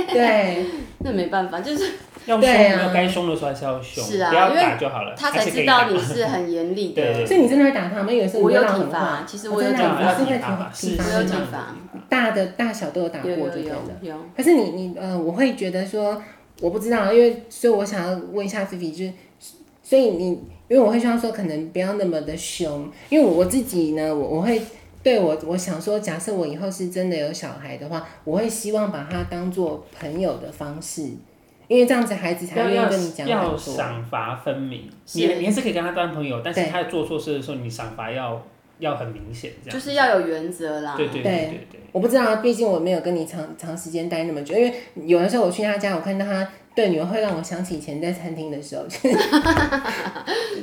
[SPEAKER 1] 对
[SPEAKER 3] 那没办法，就是
[SPEAKER 2] 要凶，
[SPEAKER 1] 对啊
[SPEAKER 2] 要该凶的时候还是要凶，
[SPEAKER 3] 是啊
[SPEAKER 2] 不要打就好了。
[SPEAKER 3] 他
[SPEAKER 2] 还
[SPEAKER 3] 才
[SPEAKER 2] 是可
[SPEAKER 3] 知
[SPEAKER 2] 以打
[SPEAKER 3] 道你是很严厉
[SPEAKER 2] 对
[SPEAKER 3] 的
[SPEAKER 2] 对，
[SPEAKER 1] 所以你真的会打他吗？因为有时候
[SPEAKER 3] 我
[SPEAKER 1] 你
[SPEAKER 3] 有
[SPEAKER 1] 会让
[SPEAKER 3] 体
[SPEAKER 1] 狠话
[SPEAKER 3] 罚，，其实我有
[SPEAKER 1] 哦
[SPEAKER 3] 体
[SPEAKER 1] 真的啊
[SPEAKER 3] 罚，
[SPEAKER 1] 你
[SPEAKER 2] 我
[SPEAKER 1] 是
[SPEAKER 2] 有
[SPEAKER 1] 会
[SPEAKER 2] 体罚
[SPEAKER 1] 体
[SPEAKER 2] 是
[SPEAKER 1] 罚
[SPEAKER 3] 我
[SPEAKER 1] 的
[SPEAKER 2] 是
[SPEAKER 3] 有体
[SPEAKER 1] 吗
[SPEAKER 2] 吗
[SPEAKER 3] 罚，
[SPEAKER 1] 大哦的啊大小都有打过
[SPEAKER 3] 有
[SPEAKER 1] 就
[SPEAKER 3] 有
[SPEAKER 1] 对了。
[SPEAKER 3] 有有。
[SPEAKER 1] 可是你你呃，我会觉得说，我不知道，因为所以我想要问一下 Vivi，就是所以你因为我会希望说，可能不要那么的凶，呃因为我我自己呢，我我会对我我想说，假设我以后是真的有小孩的话，我会希望把他当做朋友的方式，因为这样子孩子才
[SPEAKER 2] 要
[SPEAKER 1] 愿意
[SPEAKER 2] 要
[SPEAKER 1] 跟你讲
[SPEAKER 2] 要
[SPEAKER 1] 很多。
[SPEAKER 2] 赏罚分明，
[SPEAKER 3] 是
[SPEAKER 2] 你你还是可以跟他当朋友，但是
[SPEAKER 1] 对
[SPEAKER 2] 他做错事的时候，你赏罚要要很明显，这样
[SPEAKER 3] 就是要有原则啦。
[SPEAKER 2] 对对对对对，
[SPEAKER 1] 我不知道，毕竟我没有跟你长长时间待那么久，因为有的时候我去他家，我看到他对女儿，会让我想起以前在餐厅的时候，就是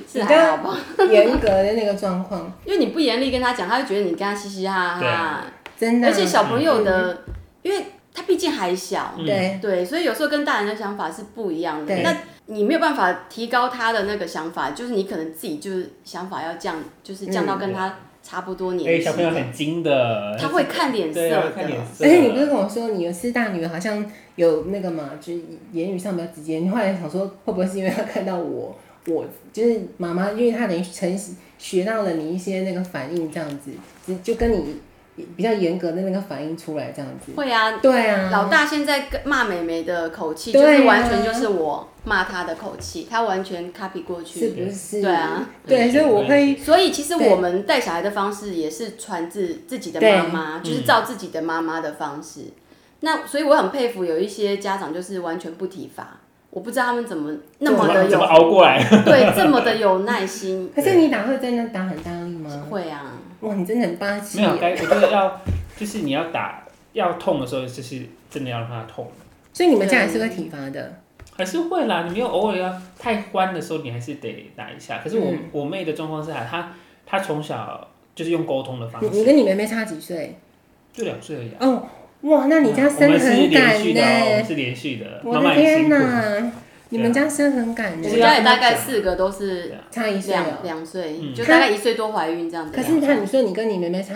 [SPEAKER 3] 是
[SPEAKER 1] 啊
[SPEAKER 3] 还好吧？
[SPEAKER 1] 严格的那个状况，
[SPEAKER 3] 因为你不严厉跟他讲，他会觉得你跟他嘻嘻哈
[SPEAKER 2] 对
[SPEAKER 3] 哈。
[SPEAKER 1] 真的。啊
[SPEAKER 3] 而且小朋友的，因为他毕竟还小，
[SPEAKER 2] 嗯
[SPEAKER 1] 对。
[SPEAKER 3] 对，所以有时候跟大人的想法是不一样的
[SPEAKER 1] 哎对。
[SPEAKER 3] 那你没有办法提高他的那个想法，就是你可能自己就是想法要降，就是降到跟
[SPEAKER 1] 嗯
[SPEAKER 3] 他差不多
[SPEAKER 2] 哎，
[SPEAKER 3] 年纪
[SPEAKER 2] 小朋友
[SPEAKER 3] 的，
[SPEAKER 2] 很精的，
[SPEAKER 3] 他会看脸色
[SPEAKER 2] 对啊，看脸
[SPEAKER 3] 的。
[SPEAKER 2] 色。
[SPEAKER 1] 而且你不是跟我说你有四大女儿好像有那个嘛，就是言语上比较直接。你后来想说会不会是因为她看到我，我就是妈妈，因为她等于承学到了你一些那个反应这样子，就就跟你比较严格的那个反应出来这样子。
[SPEAKER 3] 会啊，
[SPEAKER 1] 对啊，
[SPEAKER 3] 老大现在跟骂妹妹的口气，就
[SPEAKER 1] 对啊
[SPEAKER 3] 是完全就是我骂他的口气，他完全 copy 过
[SPEAKER 1] 是
[SPEAKER 3] 去。
[SPEAKER 1] 不是？
[SPEAKER 3] 对啊，
[SPEAKER 1] 对，所以我会
[SPEAKER 3] 所以其实
[SPEAKER 1] 对
[SPEAKER 3] 我们带小孩的方式也是传自自己的
[SPEAKER 1] 对嗯
[SPEAKER 3] 妈妈，就是照自己的妈妈的方式。那所以我很佩服有一些家长就是完全不体罚，我不知道他们怎么那么的
[SPEAKER 2] 怎么
[SPEAKER 3] 有
[SPEAKER 2] 熬过来？
[SPEAKER 3] 对这么的有 耐心。
[SPEAKER 1] 可是你打会真的打很大力吗？
[SPEAKER 3] 会啊，
[SPEAKER 1] 哇，你真的很霸气
[SPEAKER 2] 没。有，该我觉得要就是你要打要痛的时候，就是真的要让他痛，
[SPEAKER 1] 所以你们家也是会体罚的，
[SPEAKER 2] 还是会啦。你没有偶尔要太欢的时候，你还是得打一下。可是我、
[SPEAKER 1] 嗯
[SPEAKER 2] 我妹的状况是啊，她她从小就是用沟通的方
[SPEAKER 1] 你你
[SPEAKER 2] 式，啊
[SPEAKER 1] 跟你妹妹差几岁？
[SPEAKER 2] 就两岁而已啊、
[SPEAKER 1] 哦，哇，那你家生
[SPEAKER 2] 嗯我们是
[SPEAKER 1] 很
[SPEAKER 2] 连
[SPEAKER 1] 敢
[SPEAKER 2] 续
[SPEAKER 1] 呢、
[SPEAKER 2] 的、哦，我们是连续
[SPEAKER 3] 欸
[SPEAKER 2] 的，
[SPEAKER 1] 我
[SPEAKER 2] 妈妈
[SPEAKER 1] 的
[SPEAKER 2] 也
[SPEAKER 1] 天
[SPEAKER 2] 辛 苦。啊
[SPEAKER 1] 呐，你们家生很感
[SPEAKER 3] 我
[SPEAKER 2] 就
[SPEAKER 1] 人，
[SPEAKER 2] 是
[SPEAKER 3] 们
[SPEAKER 2] 要
[SPEAKER 3] 家也大
[SPEAKER 2] 跟
[SPEAKER 3] 概
[SPEAKER 2] 他讲
[SPEAKER 3] 四个都是
[SPEAKER 1] 差一岁
[SPEAKER 3] 啊两
[SPEAKER 1] 哦。
[SPEAKER 3] 两岁，
[SPEAKER 2] 嗯
[SPEAKER 3] 就大概一岁多怀孕这样子。
[SPEAKER 1] 可是他，你说你跟你妹妹差，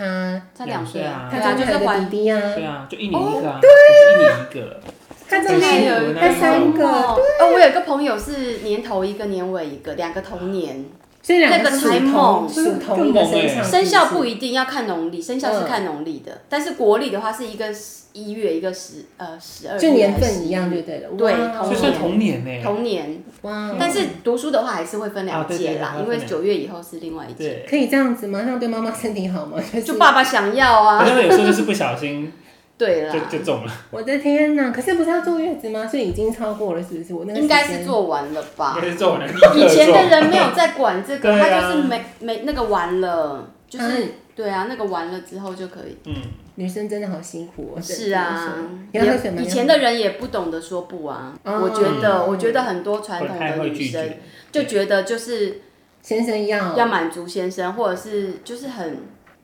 [SPEAKER 3] 才两岁啊，
[SPEAKER 1] 她
[SPEAKER 3] 对啊，
[SPEAKER 1] 中
[SPEAKER 3] 就
[SPEAKER 1] 间
[SPEAKER 3] 是
[SPEAKER 1] 还有
[SPEAKER 3] 怀
[SPEAKER 1] 个弟弟啊，
[SPEAKER 2] 对啊，就一年一个啊，
[SPEAKER 3] 哦
[SPEAKER 2] 对一年一个，
[SPEAKER 1] 她中
[SPEAKER 2] 中
[SPEAKER 1] 间
[SPEAKER 2] 间
[SPEAKER 1] 有
[SPEAKER 2] 有
[SPEAKER 1] 那三个
[SPEAKER 3] 哦，哦我有一个朋友是年头一个，年尾一个，两个同年。
[SPEAKER 1] 所以两
[SPEAKER 3] 那
[SPEAKER 1] 个
[SPEAKER 3] 个
[SPEAKER 1] 属
[SPEAKER 3] 才
[SPEAKER 1] 同
[SPEAKER 3] 猛
[SPEAKER 1] 属同一个
[SPEAKER 2] 欸
[SPEAKER 1] 生肖，
[SPEAKER 3] 生肖不
[SPEAKER 1] 一
[SPEAKER 3] 一定要看农历，生肖是看农历的，
[SPEAKER 2] 嗯
[SPEAKER 3] 但是国历的话是一个十一月，一个十呃十二，
[SPEAKER 1] 就年份一样就对了。
[SPEAKER 3] 对
[SPEAKER 1] 哇
[SPEAKER 2] 所以算同年欸呢、
[SPEAKER 3] 同年，
[SPEAKER 1] 哇，
[SPEAKER 3] 但是读书的话还是会分两届啦，
[SPEAKER 2] 啊嗯对对对
[SPEAKER 3] 因为九月以后是另外一届，
[SPEAKER 2] 对，
[SPEAKER 1] 可以这样子吗？这样对妈妈身体好吗？ 就
[SPEAKER 3] 就是爸爸想要
[SPEAKER 2] 可
[SPEAKER 3] 啊，
[SPEAKER 2] 是有时候就是不小心
[SPEAKER 3] 对
[SPEAKER 2] 就
[SPEAKER 3] 啦，
[SPEAKER 2] 就中了，
[SPEAKER 1] 我的天呐！可是不是要坐月子吗？所以已经超过了，是不是？我那个
[SPEAKER 3] 应该
[SPEAKER 1] 时间
[SPEAKER 3] 是做完了
[SPEAKER 2] 应
[SPEAKER 3] 吧
[SPEAKER 2] 该？是中了，立
[SPEAKER 3] 以
[SPEAKER 2] 刻
[SPEAKER 3] 前
[SPEAKER 2] 中
[SPEAKER 3] 的人没有在管这个，
[SPEAKER 2] 对啊
[SPEAKER 3] 他就是没没那个完了，就是、
[SPEAKER 1] 嗯
[SPEAKER 3] 对啊，那个完了之后就可以。
[SPEAKER 2] 嗯。
[SPEAKER 1] 女生真的好辛苦哦。
[SPEAKER 3] 是啊，
[SPEAKER 1] 真的是要喝水
[SPEAKER 3] 也
[SPEAKER 1] 吗？
[SPEAKER 3] 以前的人也不懂得说不啊。
[SPEAKER 1] 哦
[SPEAKER 3] 我觉得，
[SPEAKER 1] 嗯
[SPEAKER 3] 我觉得很多传
[SPEAKER 2] 不
[SPEAKER 3] 统
[SPEAKER 2] 太
[SPEAKER 3] 的
[SPEAKER 2] 会
[SPEAKER 3] 女
[SPEAKER 2] 拒
[SPEAKER 3] 生
[SPEAKER 2] 绝，
[SPEAKER 3] 就觉得就是
[SPEAKER 1] 先生要
[SPEAKER 3] 要满足先生，或者是就是很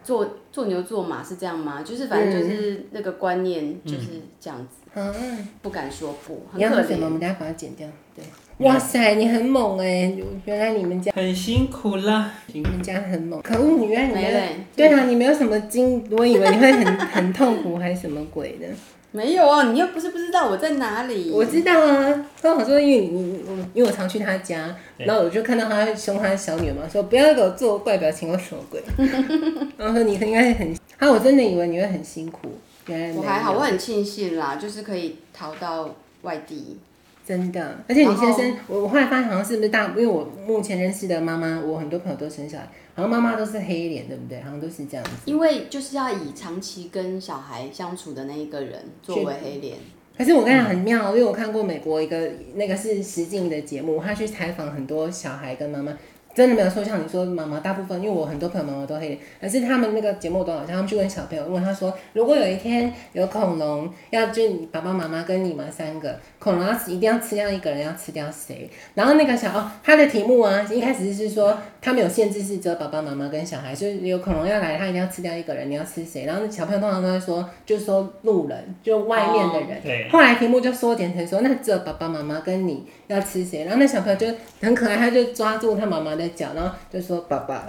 [SPEAKER 3] 做做牛做马是这样吗？就是反正
[SPEAKER 1] 嗯
[SPEAKER 3] 就是那个观念就是这样子，
[SPEAKER 1] 啊，
[SPEAKER 3] 不敢说不，很
[SPEAKER 1] 你要
[SPEAKER 3] 可
[SPEAKER 1] 喝水
[SPEAKER 3] 怜嗯
[SPEAKER 1] 吗？我。们等下把它剪掉。对，哇塞，你很猛哎！原来你们家
[SPEAKER 2] 很辛苦啦，辛
[SPEAKER 1] 你们家很猛，可恶！你原来你
[SPEAKER 3] 没
[SPEAKER 1] 没有。
[SPEAKER 3] 嘞，
[SPEAKER 1] 对啊，你没有什么经，我以为你会很 很痛苦还是什么鬼的。
[SPEAKER 3] 没有啊，你又不是不知道我在哪里。
[SPEAKER 1] 我知道啊，他我说因为你你我因为我常去他家，
[SPEAKER 2] 对
[SPEAKER 1] 然后我就看到他凶他的小女儿嘛，说不要给我做怪表情，我什么 鬼？然后说你应该很，啊，我真的以为你会很辛苦，原来没有
[SPEAKER 3] 我还好，我很庆幸啦，就是可以逃到外地。
[SPEAKER 1] 真的，而且你先
[SPEAKER 3] 然
[SPEAKER 1] 生，我我后来发现好像是不是大，因为我目前认识的妈妈，我很多朋友都生小孩，好像妈妈都是黑脸，对不对？好像都是这样子。
[SPEAKER 3] 因为就是要以长期跟小孩相处的那一个人作为黑脸，
[SPEAKER 1] 可是我跟你讲很妙哦，因为我看过美国一个那个是实境的节目，他去采访很多小孩跟妈妈，真的没有说像你说妈妈，大部分因为我很多朋友妈妈都黑脸，可是他们那个节目都好像他们去问小朋友，问他说，如果有一天有恐龙，要就你爸爸妈妈跟你们三个，恐龙要吃一定要吃掉一个人，要吃掉谁？然后那个小哦，他的题目啊，一开始是说他们有限制是只有爸爸妈妈跟小孩，就是有恐龙要来，他一定要吃掉一个人，你要吃谁？然后小朋友通常都会说，就说路人，就外面的人。
[SPEAKER 2] 对，
[SPEAKER 1] 后来题目就缩减成说，那只有爸爸妈妈跟你要吃谁？然后那小朋友就很可爱，他就抓住他妈妈的脚，然后就说爸爸。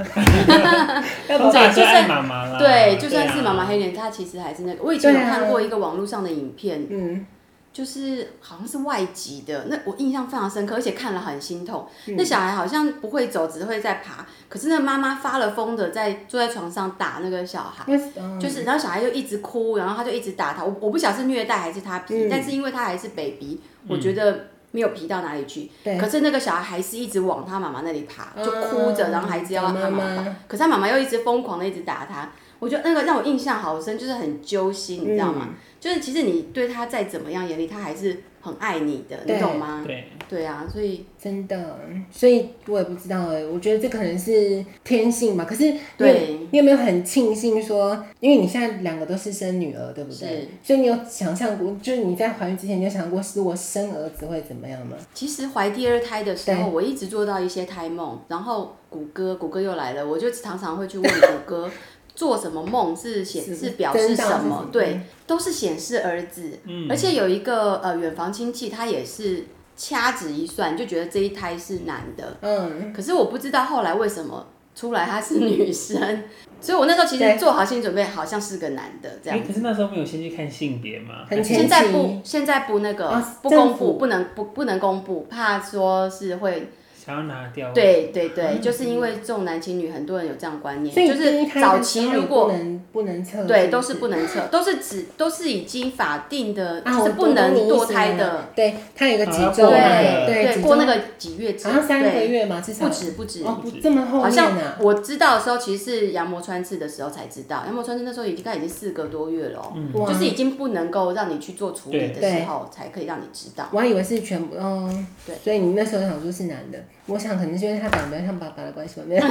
[SPEAKER 1] 要爸
[SPEAKER 2] 通常
[SPEAKER 1] 爸
[SPEAKER 2] 还是爱妈妈啦。
[SPEAKER 3] 对，就算是
[SPEAKER 2] 啊
[SPEAKER 3] 妈妈黑脸，她其实还是那个。我以前有
[SPEAKER 1] 对啊
[SPEAKER 3] 看过一个网络上的影片，
[SPEAKER 1] 嗯，
[SPEAKER 3] 就是好像是外籍的，那我印象非常深刻，而且看了很心痛。
[SPEAKER 1] 嗯
[SPEAKER 3] 那小孩好像不会走，只会在爬，可是那妈妈发了疯的在坐在床上打那个小孩。
[SPEAKER 1] 那是嗯
[SPEAKER 3] 就是，然后小孩就一直哭，然后他就一直打他。我我不晓得是虐待还是他皮，
[SPEAKER 1] 嗯
[SPEAKER 3] 但是因为他还是 baby，、我觉得没有皮到哪里去。
[SPEAKER 1] 对
[SPEAKER 3] 可是那个小孩还是一直往他妈妈那里爬，就
[SPEAKER 1] 嗯
[SPEAKER 3] 哭着，然后还是要他妈
[SPEAKER 1] 找
[SPEAKER 3] 妈
[SPEAKER 1] 妈
[SPEAKER 3] 抱
[SPEAKER 1] 妈。
[SPEAKER 3] 可是他妈妈又一直疯狂的一直打他。我觉得那个让我印象好深，就是很揪心，你知道
[SPEAKER 1] 嗯
[SPEAKER 3] 吗？就是其实你对他再怎么样严厉，他还是很爱你的，你
[SPEAKER 1] 对
[SPEAKER 3] 懂吗？
[SPEAKER 2] 对，
[SPEAKER 3] 对啊，所以
[SPEAKER 1] 真的，所以我也不知道哎，我觉得这可能是天性吧。可是你有
[SPEAKER 3] 对
[SPEAKER 1] 你有没有很庆幸说，因为你现在两个都是生女儿，对不对？所以你有想象过，就是你在怀孕之前你就想过，如果生儿子会怎么样吗？
[SPEAKER 3] 其实怀第二胎的时候，
[SPEAKER 1] 对
[SPEAKER 3] 我一直做到一些胎梦，然后谷歌，谷歌又来了，我就常常会去问谷歌， 做什么梦是显
[SPEAKER 1] 是
[SPEAKER 3] 示表示
[SPEAKER 1] 真
[SPEAKER 3] 什
[SPEAKER 1] 的
[SPEAKER 3] 么
[SPEAKER 1] 是？
[SPEAKER 3] 对，都是显示儿子，
[SPEAKER 2] 嗯
[SPEAKER 3] 而且有一个呃远房亲戚，他也是掐指一算就觉得这一胎是男的，
[SPEAKER 1] 嗯，
[SPEAKER 3] 可是我不知道后来为什么出来他是 女生，所以我那时候其实
[SPEAKER 1] 对
[SPEAKER 3] 做好心理准备，好像是个男的这样
[SPEAKER 2] 哎，。可是那时候没有先去看性别嘛，
[SPEAKER 1] 很前
[SPEAKER 3] 现
[SPEAKER 1] 期
[SPEAKER 3] 在不，现在不那个
[SPEAKER 1] 啊，
[SPEAKER 3] 不
[SPEAKER 1] 政
[SPEAKER 3] 公布，
[SPEAKER 1] 府
[SPEAKER 3] 不能不不能公布，怕说是会
[SPEAKER 2] 想要拿掉。
[SPEAKER 3] 对对
[SPEAKER 2] 嗯
[SPEAKER 3] 对，就是因为重男轻女，很多人有这样观念，
[SPEAKER 1] 所以
[SPEAKER 3] 就
[SPEAKER 1] 第一
[SPEAKER 3] 是
[SPEAKER 1] 胎的
[SPEAKER 3] 早
[SPEAKER 1] 时
[SPEAKER 3] 期
[SPEAKER 1] 候
[SPEAKER 3] 如
[SPEAKER 1] 也
[SPEAKER 3] 果
[SPEAKER 1] 不能不能测，
[SPEAKER 3] 对
[SPEAKER 1] 不
[SPEAKER 3] 都是不能测，都是指都是已经法定的，
[SPEAKER 1] 啊，
[SPEAKER 3] 就
[SPEAKER 1] 我
[SPEAKER 3] 是不
[SPEAKER 1] 懂
[SPEAKER 3] 能
[SPEAKER 1] 你意
[SPEAKER 3] 堕
[SPEAKER 1] 思
[SPEAKER 3] 胎
[SPEAKER 1] 了
[SPEAKER 3] 的，，
[SPEAKER 1] 对，它有一个几
[SPEAKER 2] 啊
[SPEAKER 1] 周
[SPEAKER 2] 过
[SPEAKER 1] 嘛，
[SPEAKER 2] 那个
[SPEAKER 1] 对
[SPEAKER 3] 对，
[SPEAKER 1] 几
[SPEAKER 3] 过那
[SPEAKER 1] 周
[SPEAKER 3] 个几月之
[SPEAKER 1] 好像三个
[SPEAKER 3] 对，
[SPEAKER 1] 月嘛，至少
[SPEAKER 3] 不止不止。
[SPEAKER 1] 哦，不这么后
[SPEAKER 3] 好
[SPEAKER 1] 面
[SPEAKER 3] 像
[SPEAKER 1] 啊，
[SPEAKER 3] 我知道的时候，其实是羊膜穿刺的时候才知道，羊膜穿刺那时候已经大概已经四个多月了、哦，
[SPEAKER 2] 嗯
[SPEAKER 1] 哇
[SPEAKER 3] 就是已经不能够让你去做处理的
[SPEAKER 1] 对
[SPEAKER 3] 时候，才可以让你知道。
[SPEAKER 1] 我还以为是全部，哦，
[SPEAKER 3] 对
[SPEAKER 1] 所以你那时候想说是男的，我想可能是因为他长得像爸爸的关系吧， 没有。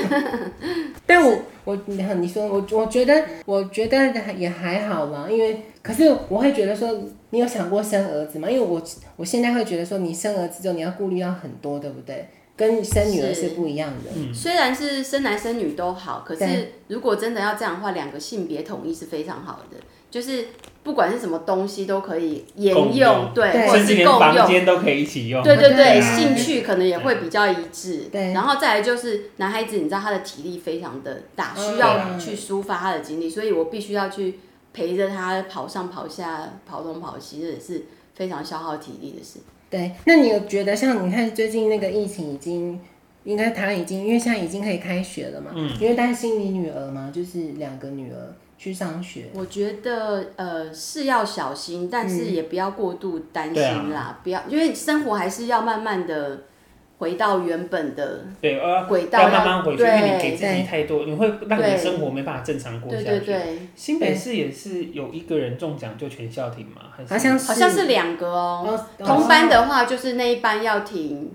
[SPEAKER 1] 但我我你看你说我我觉得我觉得也还好啦，因为可是我会觉得说你有想过生儿子吗？因为我我现在会觉得说你生儿子之后你要顾虑到很多，对不对？跟生女儿是
[SPEAKER 3] 是
[SPEAKER 1] 不一样的。
[SPEAKER 2] 嗯
[SPEAKER 3] 虽然是生男生女都好，可是
[SPEAKER 1] 对
[SPEAKER 3] 如果真的要这样的话，两个性别统一是非常好的，就是不管是什么东西都可以沿
[SPEAKER 2] 共
[SPEAKER 3] 用，
[SPEAKER 2] 用
[SPEAKER 3] 对，
[SPEAKER 1] 对
[SPEAKER 3] 或者
[SPEAKER 2] 甚至
[SPEAKER 3] 是
[SPEAKER 2] 连
[SPEAKER 3] 共
[SPEAKER 2] 房
[SPEAKER 3] 用。
[SPEAKER 2] 间都可以一起用。
[SPEAKER 3] 对对对，
[SPEAKER 1] 对
[SPEAKER 3] 兴趣可能也会比较一致。
[SPEAKER 1] 对
[SPEAKER 3] 然后再来就是男孩子，你知道他的体力非常的大，
[SPEAKER 1] 嗯
[SPEAKER 3] 需要去抒发他的精力，所以我必须要去陪着他跑上跑下、跑东跑西，这也是非常消耗体力的事。
[SPEAKER 1] 对，那你有觉得像你看最近那个疫情已经，应该台湾已经，因为现在已经可以开学了嘛，因为担心你女儿嘛，就是两个女儿去上学，
[SPEAKER 3] 我觉得呃是要小心，但是也不要过度担
[SPEAKER 2] 嗯
[SPEAKER 3] 心
[SPEAKER 2] 对啊
[SPEAKER 3] 啦，不要因为生活还是要慢慢的回到原本的。
[SPEAKER 2] 对，呃，
[SPEAKER 3] 轨道
[SPEAKER 2] 要慢慢回去，因
[SPEAKER 3] 要
[SPEAKER 2] 为你给自己
[SPEAKER 1] 对
[SPEAKER 2] 太多，你会让
[SPEAKER 3] 对
[SPEAKER 2] 你生活没办法正常过
[SPEAKER 3] 对
[SPEAKER 2] 下
[SPEAKER 3] 对
[SPEAKER 2] 去。
[SPEAKER 3] 对，
[SPEAKER 2] 新北市也是有一个人中奖就全校停嘛，还是啊
[SPEAKER 1] 好像
[SPEAKER 3] 好像是两个哦。
[SPEAKER 1] 哦，
[SPEAKER 3] 同班的话，就是那一班要停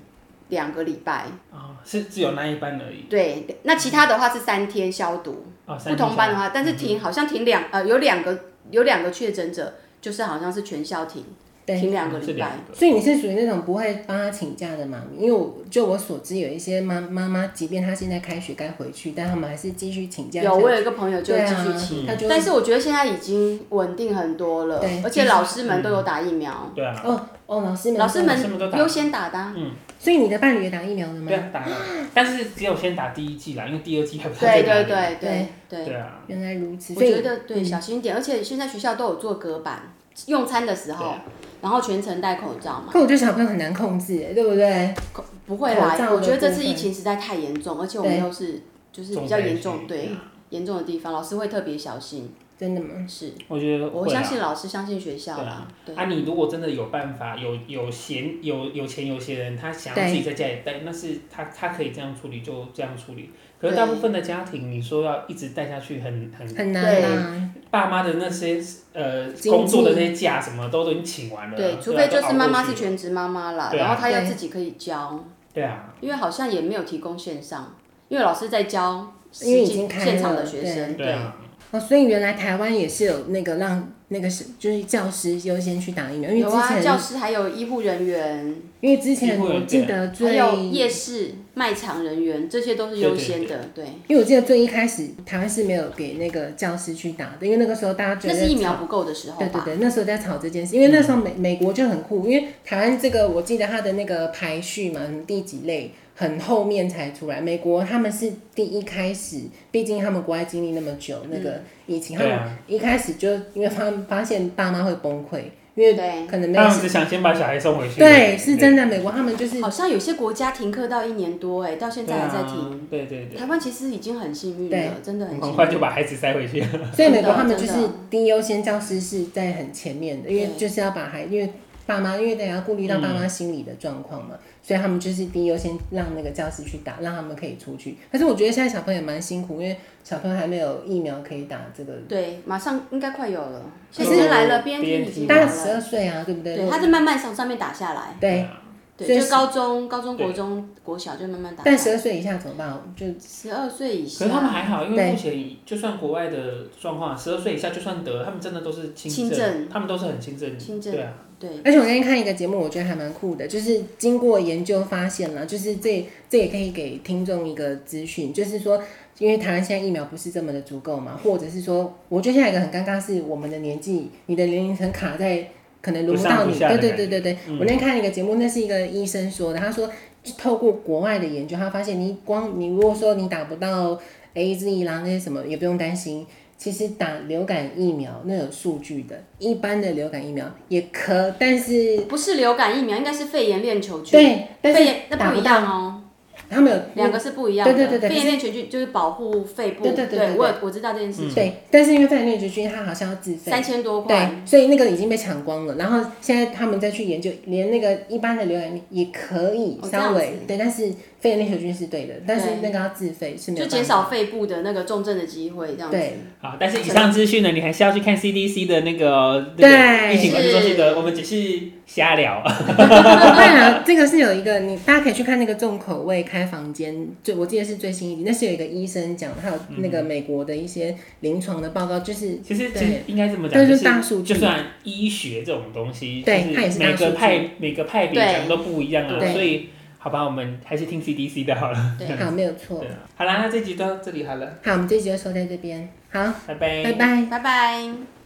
[SPEAKER 3] 两个礼拜，
[SPEAKER 2] 啊，是只有那一班而已
[SPEAKER 3] 对。那其他的话是三天消毒，
[SPEAKER 2] 啊，
[SPEAKER 3] 不
[SPEAKER 2] 三
[SPEAKER 3] 同班的
[SPEAKER 2] 天
[SPEAKER 3] 话，但是停好像停两呃有两个有两个确诊者，就是好像是全校停，
[SPEAKER 1] 对。
[SPEAKER 3] 停两个
[SPEAKER 2] 嗯是
[SPEAKER 3] 礼拜。
[SPEAKER 2] 两个
[SPEAKER 1] 所以你是属于那种不会帮她请假的妈咪，因为我就我所知，有一些妈妈妈，即便她现在开学该回去，但他们还是继续请假。
[SPEAKER 3] 有，我有一个朋友就
[SPEAKER 1] 对
[SPEAKER 3] 继
[SPEAKER 1] 啊
[SPEAKER 3] 续请，
[SPEAKER 1] 她就
[SPEAKER 3] 但是我觉得现在已经稳定很多了
[SPEAKER 1] 对，
[SPEAKER 3] 而且老师们都有打疫苗，
[SPEAKER 2] 对啊，
[SPEAKER 1] 哦哦，老师们，
[SPEAKER 3] 老师
[SPEAKER 2] 老师们都
[SPEAKER 3] 们
[SPEAKER 2] 打
[SPEAKER 3] 优先打的啊，
[SPEAKER 1] 所以你的伴侣也打疫苗了
[SPEAKER 3] 哦
[SPEAKER 1] 吗
[SPEAKER 2] 对？啊，打了，但是只有先打第一季啦，因为第二季还不知道
[SPEAKER 3] 对
[SPEAKER 2] 在哪
[SPEAKER 3] 对
[SPEAKER 2] 里
[SPEAKER 3] 对对对。
[SPEAKER 2] 对啊，
[SPEAKER 1] 原来如此，嗯
[SPEAKER 3] 我
[SPEAKER 1] 所以
[SPEAKER 3] 觉得对，小心一点，而且现在学校都有做隔板，用餐的时
[SPEAKER 2] 对
[SPEAKER 3] 候，然后全程戴口罩嘛，
[SPEAKER 1] 可我觉得小朋友很难控制，对不对？
[SPEAKER 3] 口不会
[SPEAKER 1] 口罩
[SPEAKER 3] 啦。
[SPEAKER 1] 的
[SPEAKER 3] 我觉得这次
[SPEAKER 1] 部分
[SPEAKER 3] 疫情实在太啊严重，而且我们又是就是比较严重，对严重的地方，老师会特别小心。
[SPEAKER 1] 真的吗？
[SPEAKER 3] 是，
[SPEAKER 2] 我觉得
[SPEAKER 3] 我
[SPEAKER 2] 会
[SPEAKER 3] 相
[SPEAKER 2] 啦
[SPEAKER 3] 信老师，相信学校啦。对，
[SPEAKER 2] 啊，你如果真的有办法，有有闲有有钱有闲人，他想要
[SPEAKER 1] 对
[SPEAKER 2] 自己在家里带，那是他他可以这样处理就这样处理。可是
[SPEAKER 3] 对
[SPEAKER 2] 大部分的家庭，你说要一直带下去很，很
[SPEAKER 1] 很难
[SPEAKER 3] 对
[SPEAKER 1] 啦，
[SPEAKER 2] 爸妈的那些呃
[SPEAKER 1] 经济
[SPEAKER 2] 工作的那些假什么都都已经请完了，
[SPEAKER 3] 对，除
[SPEAKER 2] 啊
[SPEAKER 3] 非就是妈妈。
[SPEAKER 2] 都熬过
[SPEAKER 3] 是
[SPEAKER 2] 去了
[SPEAKER 3] 全职妈妈啦，
[SPEAKER 2] 对啊
[SPEAKER 3] 然后她要
[SPEAKER 1] 对
[SPEAKER 3] 自己可以教，
[SPEAKER 2] 对啊，
[SPEAKER 3] 因为好像也没有提供线上，因为老师在教实
[SPEAKER 1] 因为已
[SPEAKER 3] 际
[SPEAKER 1] 经开
[SPEAKER 3] 现场
[SPEAKER 1] 了
[SPEAKER 3] 的学生，
[SPEAKER 2] 对啊，
[SPEAKER 1] 哦，所以原来台湾也是有那个让那个是就是教师优先去打疫苗，因为
[SPEAKER 3] 有
[SPEAKER 1] 之
[SPEAKER 3] 啊，
[SPEAKER 1] 前、
[SPEAKER 3] 教师还有医护人员，
[SPEAKER 1] 因为之前
[SPEAKER 2] 医护人
[SPEAKER 1] 我
[SPEAKER 2] 员
[SPEAKER 1] 记得
[SPEAKER 3] 还
[SPEAKER 1] 最，
[SPEAKER 3] 有夜市卖场人员，这些都是优先的，对，
[SPEAKER 1] 因为我记得最一开始台湾是没有给那个教师去打的，因为那个时候大家觉
[SPEAKER 3] 那
[SPEAKER 1] 得
[SPEAKER 3] 是疫苗不够的时候
[SPEAKER 1] 对对
[SPEAKER 3] 吧？
[SPEAKER 1] 对，那时候在炒这件事，因为那时候美、美国就很酷，因为台湾这个我记得它的那个排序嘛，什么第几类很后面才出来，美国他们是第一开始，毕竟他们国外经历那么久那
[SPEAKER 3] 嗯
[SPEAKER 1] 个疫情，他
[SPEAKER 2] 对
[SPEAKER 1] 们
[SPEAKER 2] 啊，
[SPEAKER 1] 一开始就因为他们发现爸妈会崩溃，因为
[SPEAKER 3] 对
[SPEAKER 1] 可能没
[SPEAKER 2] 他
[SPEAKER 1] 有
[SPEAKER 2] 们只想先把小孩送回去。啊
[SPEAKER 1] 对，是真的，美国他们就是
[SPEAKER 3] 好像有些国家停课到一年多，哎，到
[SPEAKER 2] 对，
[SPEAKER 3] 现在还在停。
[SPEAKER 2] 对啊。对对对，
[SPEAKER 3] 台湾其实已经很幸运了，真的很
[SPEAKER 2] 很
[SPEAKER 3] 幸
[SPEAKER 2] 快就
[SPEAKER 3] 运。
[SPEAKER 2] 把孩子塞回去。
[SPEAKER 1] 所以美国他们就
[SPEAKER 3] 真
[SPEAKER 1] 是
[SPEAKER 3] 的
[SPEAKER 1] 第一优先教师是在很前面的，因为
[SPEAKER 3] 对嗯
[SPEAKER 1] 就是要把孩，因为爸妈，因为得要顾虑到爸妈心理的状况嘛，所以他们就是第一优先让那个教师去打，让他们可以出去。但是我觉得现在小朋友也蛮辛苦，因为小朋友还没有疫苗可以打这个，
[SPEAKER 3] 对，马上应该快有了，
[SPEAKER 2] 可
[SPEAKER 3] 现
[SPEAKER 2] 是
[SPEAKER 3] 在来了
[SPEAKER 2] BNT
[SPEAKER 3] BNT 已经
[SPEAKER 1] 大
[SPEAKER 3] 来
[SPEAKER 1] 概十
[SPEAKER 3] 了，
[SPEAKER 1] 二岁啊，对不对？
[SPEAKER 3] 对，它是慢慢从上面打下来，
[SPEAKER 1] 对，
[SPEAKER 2] 啊，
[SPEAKER 1] 所以
[SPEAKER 3] 对，就是高中、高中、
[SPEAKER 2] 对
[SPEAKER 3] 国中、国小就慢慢打下
[SPEAKER 1] 但十
[SPEAKER 3] 来。
[SPEAKER 1] 二岁以下怎么办？就
[SPEAKER 3] 十二岁以
[SPEAKER 2] 可是他们
[SPEAKER 3] 下，
[SPEAKER 2] 还好，因
[SPEAKER 1] 对
[SPEAKER 2] 为目前就算国外的状况，十二岁以下就算得，他们真的都是轻
[SPEAKER 3] 轻症
[SPEAKER 2] 他们都是很轻症，
[SPEAKER 3] 轻症
[SPEAKER 2] 对啊，
[SPEAKER 3] 对，
[SPEAKER 1] 而且我那天看一个节目，我觉得还蛮酷的，就是经过研究发现了，就是这这也可以给听众一个资讯，就是说，因为台湾现在疫苗不是这么的足够嘛，或者是说，我觉得现在一个很尴尬是我们的年纪，你的年龄层卡在可能轮
[SPEAKER 2] 不上
[SPEAKER 1] 到
[SPEAKER 2] 不
[SPEAKER 1] 你，
[SPEAKER 2] 下
[SPEAKER 1] 对
[SPEAKER 2] 的
[SPEAKER 1] 对
[SPEAKER 2] 感
[SPEAKER 1] 对对对。
[SPEAKER 2] 嗯
[SPEAKER 1] 我那天看一个节目，那是一个医生说的，他说就透过国外的研究，他发现你光你如果说你打不到 A Z 啦那些什么也不用担心，其实打流感疫苗那有数据的，一般的流感疫苗也可，但是
[SPEAKER 3] 不是流感疫苗，应该是肺炎链球菌。
[SPEAKER 1] 对，但
[SPEAKER 3] 肺
[SPEAKER 1] 是
[SPEAKER 3] 炎
[SPEAKER 1] 打
[SPEAKER 3] 那不
[SPEAKER 1] 不
[SPEAKER 3] 一样哦，
[SPEAKER 1] 他们有
[SPEAKER 3] 两个是不一样的。
[SPEAKER 1] 对对对对
[SPEAKER 3] 肺炎链球菌就是保护肺部。
[SPEAKER 1] 对对对对对
[SPEAKER 3] 我有我知道这件事情，
[SPEAKER 1] 对，但是因为肺炎链球菌它好像要自费
[SPEAKER 3] 三。千多
[SPEAKER 1] 对
[SPEAKER 3] 块。，
[SPEAKER 1] 所以那个已经被抢光了。然后现在他们再去研究，连那个一般的流感也可以
[SPEAKER 3] 哦这
[SPEAKER 1] 稍
[SPEAKER 3] 样
[SPEAKER 1] 微、
[SPEAKER 3] 子
[SPEAKER 1] 对，但是肺炎链球菌是对的，但是
[SPEAKER 3] 对
[SPEAKER 1] 那个要自费是没有办
[SPEAKER 3] 就
[SPEAKER 1] 法
[SPEAKER 3] 减少肺部的那个重症的机会，这样子。
[SPEAKER 1] 对
[SPEAKER 2] 好，但是以上资讯呢，你还是要去看 CDC 的那个那
[SPEAKER 1] 对
[SPEAKER 2] 个疫情管制中心
[SPEAKER 3] 是
[SPEAKER 2] 的，我们只是瞎聊。
[SPEAKER 1] 不会啊，这个是有一个你大家可以去看那个重口味开房间，最我记得是最新一集，那是有一个医生讲，还有那个美国的一些临床的报告，就是
[SPEAKER 2] 其实
[SPEAKER 1] 对
[SPEAKER 2] 其实应该这么
[SPEAKER 1] 但
[SPEAKER 2] 讲，
[SPEAKER 1] 是
[SPEAKER 2] 就是
[SPEAKER 1] 大数据
[SPEAKER 2] 就算医学这种东西，
[SPEAKER 1] 对它也
[SPEAKER 2] 就是是
[SPEAKER 1] 大
[SPEAKER 2] 每
[SPEAKER 1] 数
[SPEAKER 2] 个
[SPEAKER 1] 据
[SPEAKER 2] 派每个派别
[SPEAKER 3] 对
[SPEAKER 2] 讲都不一样啊
[SPEAKER 1] 对，
[SPEAKER 2] 所以好吧，我们还是听 CDC 的好了。
[SPEAKER 3] 对
[SPEAKER 1] 好没有错
[SPEAKER 2] 对。啊，好啦，那这集到这里好了，
[SPEAKER 1] 好，我们这集就收在这边，好，
[SPEAKER 2] 拜拜，
[SPEAKER 1] 拜拜。
[SPEAKER 3] 拜拜。